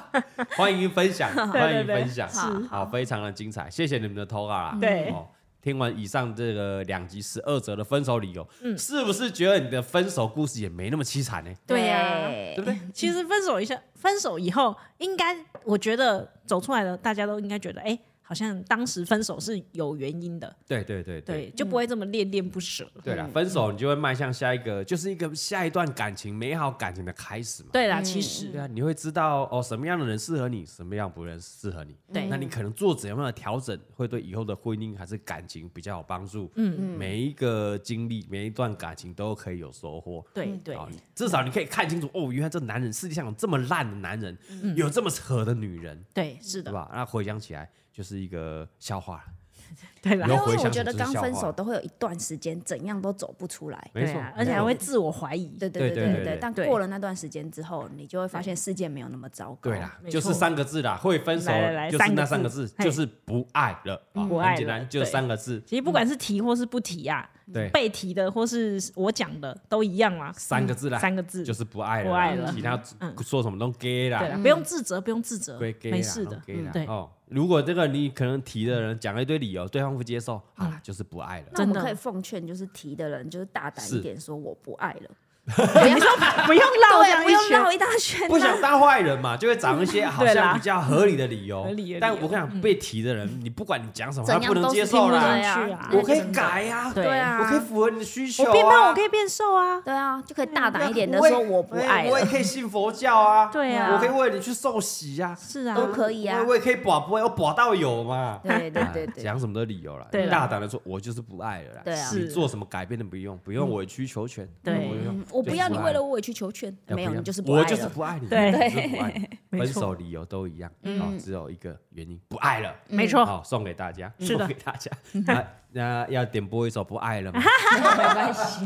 [SPEAKER 1] 欢迎分享，
[SPEAKER 3] 对
[SPEAKER 1] 欢迎
[SPEAKER 3] 对
[SPEAKER 1] 分享，
[SPEAKER 3] 是
[SPEAKER 1] 好，非常的精彩，谢谢你们的投稿啦。
[SPEAKER 3] 对
[SPEAKER 1] 哦，听完以上这个两集十二则的分手理由，
[SPEAKER 3] 嗯
[SPEAKER 1] 是不是觉得你的分手故事也没那么凄惨呢？
[SPEAKER 3] 对啊呀、
[SPEAKER 1] 对不对？
[SPEAKER 3] 其实分手一下，分手以后，应该我觉得走出来的，大家都应该觉得，哎、好像当时分手是有原因的，
[SPEAKER 1] 对对对对嗯
[SPEAKER 3] 对，嗯就不会这么恋恋不舍。
[SPEAKER 1] 对了，分手你就会迈向下一个，就是一个下一段感情美好感情的开始嘛。
[SPEAKER 3] 对啦，其实、
[SPEAKER 1] 对啊，你会知道哦，什么样的人适合你，什么样不人适合你。
[SPEAKER 3] 对
[SPEAKER 1] 那你可能做怎样的调整，会对以后的婚姻还是感情比较有帮助。嗯嗯，每一个经历，每一段感情都可以有收获。
[SPEAKER 3] 对对
[SPEAKER 1] 好至少你可以看清楚哦，原来这男人世界上有这么烂的男人，
[SPEAKER 3] 嗯
[SPEAKER 1] 有这么扯的女人，
[SPEAKER 3] 对，是
[SPEAKER 1] 对
[SPEAKER 3] 的，
[SPEAKER 1] 吧？那回想起来就是一个笑话了。
[SPEAKER 3] 对啦
[SPEAKER 1] 有。
[SPEAKER 2] 因为
[SPEAKER 1] 回
[SPEAKER 2] 我
[SPEAKER 1] 想起
[SPEAKER 2] 觉得
[SPEAKER 1] 这是
[SPEAKER 2] 刚
[SPEAKER 1] 笑
[SPEAKER 2] 分
[SPEAKER 1] 话
[SPEAKER 2] 手都会有一段时间，怎样都走不出来。
[SPEAKER 1] 没
[SPEAKER 3] 对
[SPEAKER 1] 错
[SPEAKER 3] 啊，，而且还会自我怀疑。
[SPEAKER 2] 对对
[SPEAKER 1] 对对
[SPEAKER 2] 对
[SPEAKER 1] 对对
[SPEAKER 2] 但
[SPEAKER 3] 对
[SPEAKER 2] 过了那段时间之后，你就会发现世界没有那么糟糕。
[SPEAKER 1] 对啦，
[SPEAKER 3] 没
[SPEAKER 1] 就是
[SPEAKER 3] 错
[SPEAKER 1] 三个字啦，会分手
[SPEAKER 3] 来来来
[SPEAKER 1] 就是那
[SPEAKER 3] 三
[SPEAKER 1] 三
[SPEAKER 3] 个
[SPEAKER 1] 个
[SPEAKER 3] 字
[SPEAKER 1] 字，
[SPEAKER 3] 嘿
[SPEAKER 1] 就是不爱了啊，
[SPEAKER 3] 不爱
[SPEAKER 1] 很简
[SPEAKER 3] 了
[SPEAKER 1] 单，就
[SPEAKER 3] 对
[SPEAKER 1] 三个字，
[SPEAKER 3] 其实不管是提或是不提呀、
[SPEAKER 1] 对，
[SPEAKER 3] 被提的或是我讲的都一样嘛，
[SPEAKER 1] 三个字啦，
[SPEAKER 3] 三个字
[SPEAKER 1] 就是不爱了啦，
[SPEAKER 3] 不爱了
[SPEAKER 1] 其他说什么都 gay
[SPEAKER 3] 对啦
[SPEAKER 1] 啦，，
[SPEAKER 3] 不用自责，不用自责
[SPEAKER 1] 归 gay，啦
[SPEAKER 3] 没事的
[SPEAKER 1] 都 gay 啦
[SPEAKER 3] 嗯对
[SPEAKER 1] 哦，如果这个你可能提的人讲了一堆理由，对方不接受，好啦，就是不爱了。
[SPEAKER 2] 那我
[SPEAKER 3] 真
[SPEAKER 2] 们
[SPEAKER 3] 的
[SPEAKER 2] 可以奉劝，就是提的人，就是大胆
[SPEAKER 1] 是
[SPEAKER 2] 一点，说我不爱了，
[SPEAKER 1] 啊
[SPEAKER 3] 不用绕这
[SPEAKER 2] 对，啊
[SPEAKER 3] 样
[SPEAKER 2] 不用
[SPEAKER 3] 一
[SPEAKER 2] 绕
[SPEAKER 3] 圈。
[SPEAKER 2] 一大圈
[SPEAKER 1] 不
[SPEAKER 2] 啊。
[SPEAKER 1] 想当坏人嘛，就会找一些好
[SPEAKER 3] 对啦
[SPEAKER 1] 像比较合理的理由
[SPEAKER 3] 合理的理由。
[SPEAKER 1] 但我跟你讲，被提的人，你不管你讲什么，他
[SPEAKER 2] 怎
[SPEAKER 1] 不
[SPEAKER 2] 样
[SPEAKER 1] 能
[SPEAKER 2] 都
[SPEAKER 1] 接
[SPEAKER 2] 是
[SPEAKER 1] 受
[SPEAKER 2] 听不
[SPEAKER 3] 啦
[SPEAKER 2] 进
[SPEAKER 1] 啦。
[SPEAKER 2] 去啊！
[SPEAKER 1] 我可以改呀，
[SPEAKER 3] 对
[SPEAKER 2] 对啊
[SPEAKER 1] 我可以符合你的需求
[SPEAKER 3] 我
[SPEAKER 1] 啊。
[SPEAKER 3] 变胖，我可以变瘦啊。
[SPEAKER 2] 对啊，就可以大胆一点的
[SPEAKER 1] 我也
[SPEAKER 2] 说我不爱
[SPEAKER 1] 我也
[SPEAKER 2] 了，
[SPEAKER 1] 可以信佛教啊，
[SPEAKER 3] 对啊
[SPEAKER 1] 我可以为你去受洗呀，
[SPEAKER 3] 是啊，
[SPEAKER 2] 都可以啊
[SPEAKER 1] 我。我也可以保不会，我保到有嘛。
[SPEAKER 2] 对对对
[SPEAKER 1] 啊
[SPEAKER 2] 对，
[SPEAKER 1] 讲什么的理由啦，
[SPEAKER 3] 对啦
[SPEAKER 1] 大胆的说，我就是不爱了啦，
[SPEAKER 2] 对啊
[SPEAKER 1] 你
[SPEAKER 3] 是
[SPEAKER 1] 做什么改变都不用，不用委曲求全，
[SPEAKER 3] 对
[SPEAKER 1] 不用
[SPEAKER 2] 嗯我不要你为了我委曲求全，
[SPEAKER 1] 要
[SPEAKER 2] 没有，
[SPEAKER 1] 不要
[SPEAKER 2] 你就是不爱
[SPEAKER 1] 我就是
[SPEAKER 2] 了。
[SPEAKER 1] 不爱你，
[SPEAKER 3] 对
[SPEAKER 1] 你就是不爱你，
[SPEAKER 3] 没
[SPEAKER 1] 分
[SPEAKER 3] 错
[SPEAKER 1] 手理由都一样，啊，只有一个原因，不爱了。
[SPEAKER 3] 嗯没错，
[SPEAKER 1] 嗯好，送给大家，
[SPEAKER 3] 是的
[SPEAKER 1] 送给大家。那那要点播一首《不爱了》 吗？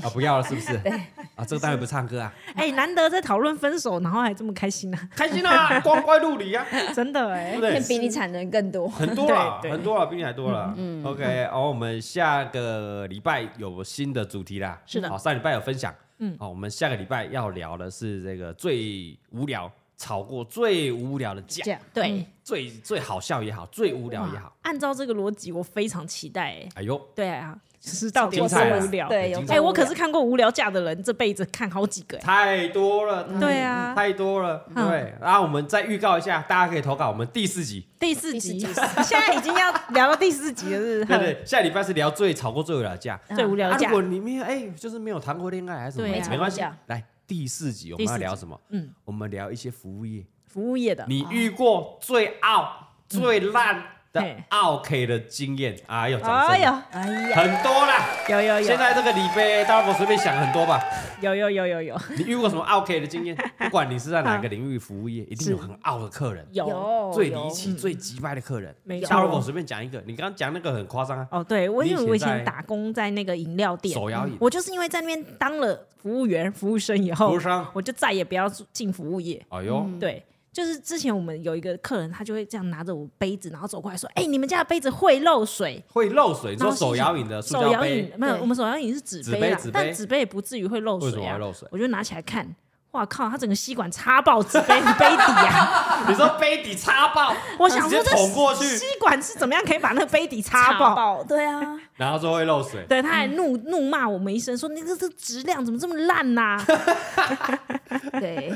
[SPEAKER 1] 啊，不要了，是不是？ 啊，这个单元不唱歌啊，
[SPEAKER 3] 哎、难得在讨论分手，然后还这么开心啊！
[SPEAKER 1] 开心啊，光怪陆离啊，
[SPEAKER 3] 真的哎、
[SPEAKER 1] 对 不对？
[SPEAKER 2] 比你惨的人更多。
[SPEAKER 1] 很多了，
[SPEAKER 3] 对对
[SPEAKER 1] 很多了，啊比你还多了。嗯，OK，然后我们下个礼拜有新的主题啦。
[SPEAKER 3] 是的
[SPEAKER 1] 好，上礼拜有分享。嗯，好，我们下个礼拜要聊的是这个最无聊、吵过最无聊的架，
[SPEAKER 2] 嗯
[SPEAKER 3] 对，
[SPEAKER 1] 最最好笑也好，最无嗯聊也好。
[SPEAKER 3] 按照这个逻辑，我非常期待哎、
[SPEAKER 1] 哎呦，
[SPEAKER 3] 对啊，就是到底
[SPEAKER 1] 精
[SPEAKER 3] 有
[SPEAKER 1] 彩
[SPEAKER 3] 多
[SPEAKER 1] 啊
[SPEAKER 3] 无聊？
[SPEAKER 2] 对，有
[SPEAKER 1] 很精
[SPEAKER 3] 哎、
[SPEAKER 1] 彩
[SPEAKER 2] 多无
[SPEAKER 3] 我可
[SPEAKER 2] 聊
[SPEAKER 3] 是看过无聊架的人，这辈子看好几个哎、
[SPEAKER 1] 太多了，嗯
[SPEAKER 3] 对啊，
[SPEAKER 1] 太多了。对，然后我们再预告一下，大家可以投稿我们第四集。
[SPEAKER 3] 第四集，
[SPEAKER 2] 第四
[SPEAKER 3] 现在已经要聊到第四集了，是嗯不
[SPEAKER 1] 对
[SPEAKER 3] 是？
[SPEAKER 1] 对，下礼拜是聊最吵过最无聊的架。
[SPEAKER 3] 最无聊
[SPEAKER 1] 啊
[SPEAKER 3] 的
[SPEAKER 1] 如
[SPEAKER 3] 架，
[SPEAKER 1] 果你没有哎，就是没有谈过恋爱还是什么
[SPEAKER 3] 对啊
[SPEAKER 1] 的，没关系
[SPEAKER 2] 吵过架。
[SPEAKER 1] 来第四集我们
[SPEAKER 3] 第四
[SPEAKER 1] 要
[SPEAKER 3] 集
[SPEAKER 1] 聊什么？
[SPEAKER 3] 嗯，啊
[SPEAKER 1] 我们聊一些服务业。
[SPEAKER 3] 服务业的，
[SPEAKER 1] 你遇过最傲、最烂的
[SPEAKER 3] 嗯嘿
[SPEAKER 1] OK 的经验？哎呦，掌
[SPEAKER 3] 哎
[SPEAKER 1] 声！
[SPEAKER 3] 呦，哎
[SPEAKER 2] 哎呀，
[SPEAKER 1] 很多啦。
[SPEAKER 3] 有有
[SPEAKER 1] 现
[SPEAKER 3] 有
[SPEAKER 1] 在这个礼拜，大家伙随便想很多 吧。
[SPEAKER 3] 有有有有有
[SPEAKER 1] 你遇过什么 OK 的经验？不管你是在哪个领域服务业，一定有很傲的客人，
[SPEAKER 3] 哦有，嗯
[SPEAKER 2] 有
[SPEAKER 1] 最离
[SPEAKER 2] 有
[SPEAKER 1] 奇、最急掰的客人。
[SPEAKER 3] 没
[SPEAKER 1] 大家伙
[SPEAKER 3] 错。
[SPEAKER 1] 随便讲一个，你刚刚讲那个很夸张啊，
[SPEAKER 3] 哦，对，我因为
[SPEAKER 1] 你以前
[SPEAKER 3] 我以
[SPEAKER 1] 在
[SPEAKER 3] 前打工在那个饮料店，
[SPEAKER 1] 手摇饮
[SPEAKER 3] 我就是因为在那边当了服务员、服务生以
[SPEAKER 1] 服
[SPEAKER 3] 后
[SPEAKER 1] 务，商。
[SPEAKER 3] 我就再也不要进服务业。
[SPEAKER 1] 哎呦，
[SPEAKER 3] 对，就是之前我们有一个客人，他就会这样拿着我杯子，然后走过来说：“哎、你们家的杯子会漏水。
[SPEAKER 1] 会漏水，你
[SPEAKER 3] 然
[SPEAKER 1] 说
[SPEAKER 3] 后心
[SPEAKER 1] 手
[SPEAKER 3] 想
[SPEAKER 1] 摇饮的塑
[SPEAKER 3] 手
[SPEAKER 1] 胶
[SPEAKER 3] 摇
[SPEAKER 1] 杯
[SPEAKER 3] 饮，没有，
[SPEAKER 2] 对
[SPEAKER 3] 我们手摇饮是纸
[SPEAKER 1] 纸
[SPEAKER 3] 杯啦，
[SPEAKER 1] 杯纸杯
[SPEAKER 3] 但纸杯也不至于会漏
[SPEAKER 1] 为什
[SPEAKER 3] 水
[SPEAKER 1] 么
[SPEAKER 3] 啊。
[SPEAKER 1] 会漏水？
[SPEAKER 3] 我就拿起来看，哇靠，他整个吸管插爆纸杯杯 底啊！
[SPEAKER 1] 你说杯底插爆，
[SPEAKER 3] 我想
[SPEAKER 1] 直
[SPEAKER 3] 说
[SPEAKER 1] 接
[SPEAKER 3] 这
[SPEAKER 1] 捅过去，
[SPEAKER 3] 吸管是怎么样可以把那个杯底
[SPEAKER 2] 大
[SPEAKER 3] 插爆？
[SPEAKER 2] 爆，对啊，
[SPEAKER 1] 然后就会漏水。
[SPEAKER 3] 对，他还怒怒骂我们一声，说：“你这这质量怎么这么烂呐、
[SPEAKER 2] 对，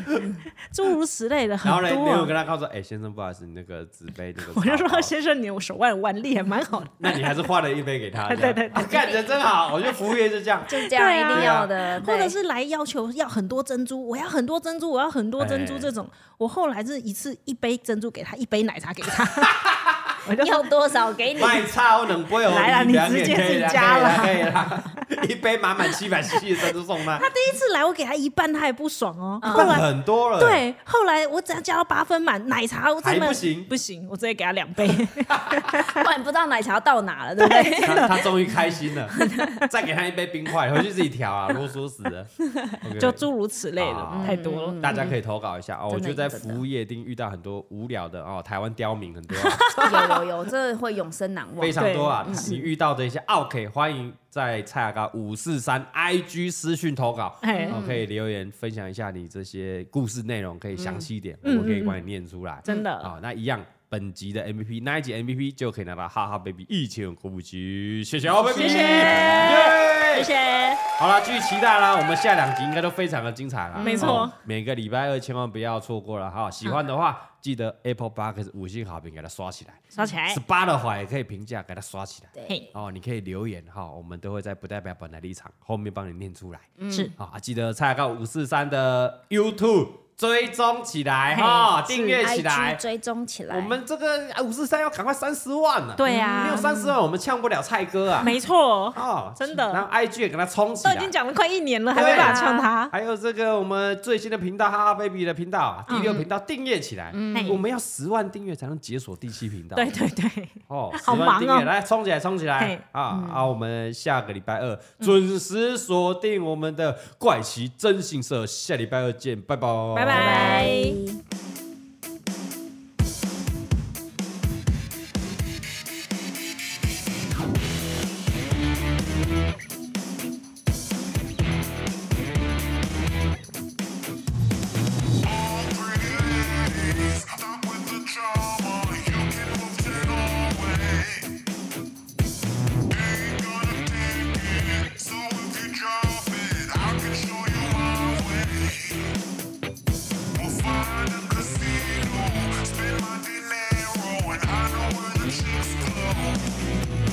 [SPEAKER 3] 诸如此类的 很
[SPEAKER 1] 然后呢，
[SPEAKER 3] 多
[SPEAKER 1] 你有
[SPEAKER 3] 啊、
[SPEAKER 1] 跟他告诉说，哎，先生，不好意思，你那个纸杯那个
[SPEAKER 3] 我就
[SPEAKER 1] 插爆
[SPEAKER 3] 说：“先生，你我手腕腕力还 蛮好的。
[SPEAKER 1] 那你还是换了一杯给他。
[SPEAKER 3] 对
[SPEAKER 1] 这
[SPEAKER 3] 对对
[SPEAKER 1] 样啊 干人真好，我觉得服务业就这 样。
[SPEAKER 2] 就是这
[SPEAKER 3] 对
[SPEAKER 2] 样，
[SPEAKER 3] 啊
[SPEAKER 2] 一定要的，
[SPEAKER 1] 哎
[SPEAKER 3] 或者
[SPEAKER 2] 对
[SPEAKER 3] 是来要求要很多珍珠，我要很多珍珠，我要很多珍珠
[SPEAKER 1] 哎
[SPEAKER 3] 这种。我后来是一次一杯珍珠给他，一杯奶茶给他。 我就
[SPEAKER 2] 要多少给 你，
[SPEAKER 1] 卖超能不会有
[SPEAKER 3] 来啦
[SPEAKER 1] 你两
[SPEAKER 3] 你直接
[SPEAKER 1] 个也可以
[SPEAKER 3] 自己
[SPEAKER 1] 啦
[SPEAKER 3] 加啦
[SPEAKER 1] 可以啦，可以啦，一 杯满满七百 CC 的珍珠送 他，
[SPEAKER 3] 第一次来我给他一半，他也不爽哦。后
[SPEAKER 1] 办
[SPEAKER 3] 来
[SPEAKER 1] 很多了。，
[SPEAKER 3] 对，后来我只要加到八分满，奶茶我真的
[SPEAKER 1] 还不行
[SPEAKER 3] 不行，我直接给他两 杯。
[SPEAKER 2] 不然不知道奶茶到哪了，对不对？
[SPEAKER 1] 他他终于开心了，再给他一杯冰块，回去自己调啊，啰嗦死 了。OK
[SPEAKER 3] 就诸如此类的
[SPEAKER 1] 啊
[SPEAKER 3] 太多了。
[SPEAKER 1] 大家可以投稿一下哦，我
[SPEAKER 2] 真
[SPEAKER 1] 觉
[SPEAKER 2] 的
[SPEAKER 1] 得在
[SPEAKER 2] 真
[SPEAKER 1] 服
[SPEAKER 2] 的
[SPEAKER 1] 务业一定遇到很多无聊的哦，台湾刁民很多啊，
[SPEAKER 2] 有有有，这会永生难忘
[SPEAKER 1] 非。常多啊
[SPEAKER 3] 对。嗯
[SPEAKER 1] 你遇到的一些 OK，欢迎在蔡雅刚五四三 IG 私讯投稿，
[SPEAKER 3] 哎
[SPEAKER 1] 哦，可以留言分享一下你这些故事内容，可以详细一点，我们可以帮你念出来。
[SPEAKER 3] 嗯真的
[SPEAKER 1] 啊，那一样。本集的 MVP，那一集 MVP 就可以拿到哈哈 baby 一千元购物金，谢谢哦 baby，
[SPEAKER 3] 谢谢
[SPEAKER 1] 耶
[SPEAKER 3] 谢谢。
[SPEAKER 1] 好了，继续期待啦！我们下两集应该都非常的精彩啦。
[SPEAKER 3] 没错
[SPEAKER 1] 哦每个礼拜二千万不要错过了哈。喜欢的话，记得 Apple Park 五星好评给它刷起来
[SPEAKER 3] 刷起来，
[SPEAKER 1] ，Spotify 也可以评价给它刷起来。
[SPEAKER 3] 嘿，
[SPEAKER 1] 哦，你可以留言哈，我们都会在不代表本台立场后面帮你念出来。
[SPEAKER 3] 是
[SPEAKER 1] 好啊，记得蔡告五四三的 YouTube 追踪起来哈，订阅起来
[SPEAKER 2] IG。追踪起来。
[SPEAKER 1] 我们这个哎五四三要赶快三十万了，
[SPEAKER 3] 对
[SPEAKER 1] 没有
[SPEAKER 3] 啊，
[SPEAKER 1] 三十万我们呛不了蔡哥啊。
[SPEAKER 3] 没错，
[SPEAKER 1] 哦，
[SPEAKER 3] 真的啊
[SPEAKER 1] 然后 IG 也给他冲起
[SPEAKER 3] 都
[SPEAKER 1] 来。
[SPEAKER 3] 已经讲了快一年 了，还没办法呛他。
[SPEAKER 1] 还有这个我们最新的频道哈哈 baby 的频道啊，
[SPEAKER 3] 嗯
[SPEAKER 1] 第六频道订阅起来，
[SPEAKER 3] 嘿
[SPEAKER 1] 我们要十万订阅才能解锁第七频道。
[SPEAKER 3] 嗯对对对，
[SPEAKER 1] 啊哦，十
[SPEAKER 3] 好忙
[SPEAKER 1] 万
[SPEAKER 3] 哦
[SPEAKER 1] 订阅，来冲起来，冲起来
[SPEAKER 3] 嘿嗯
[SPEAKER 1] 啊啊！我们下个礼拜二准时锁定我们的怪奇征信社，下礼拜二见，拜拜，
[SPEAKER 3] 拜拜。
[SPEAKER 5] Stop with the drama. You can move it away. Ain't gonna take it. So if you drop it, I can show you my way. We'll find a casino, spend my dinero, and I know where the chicks go.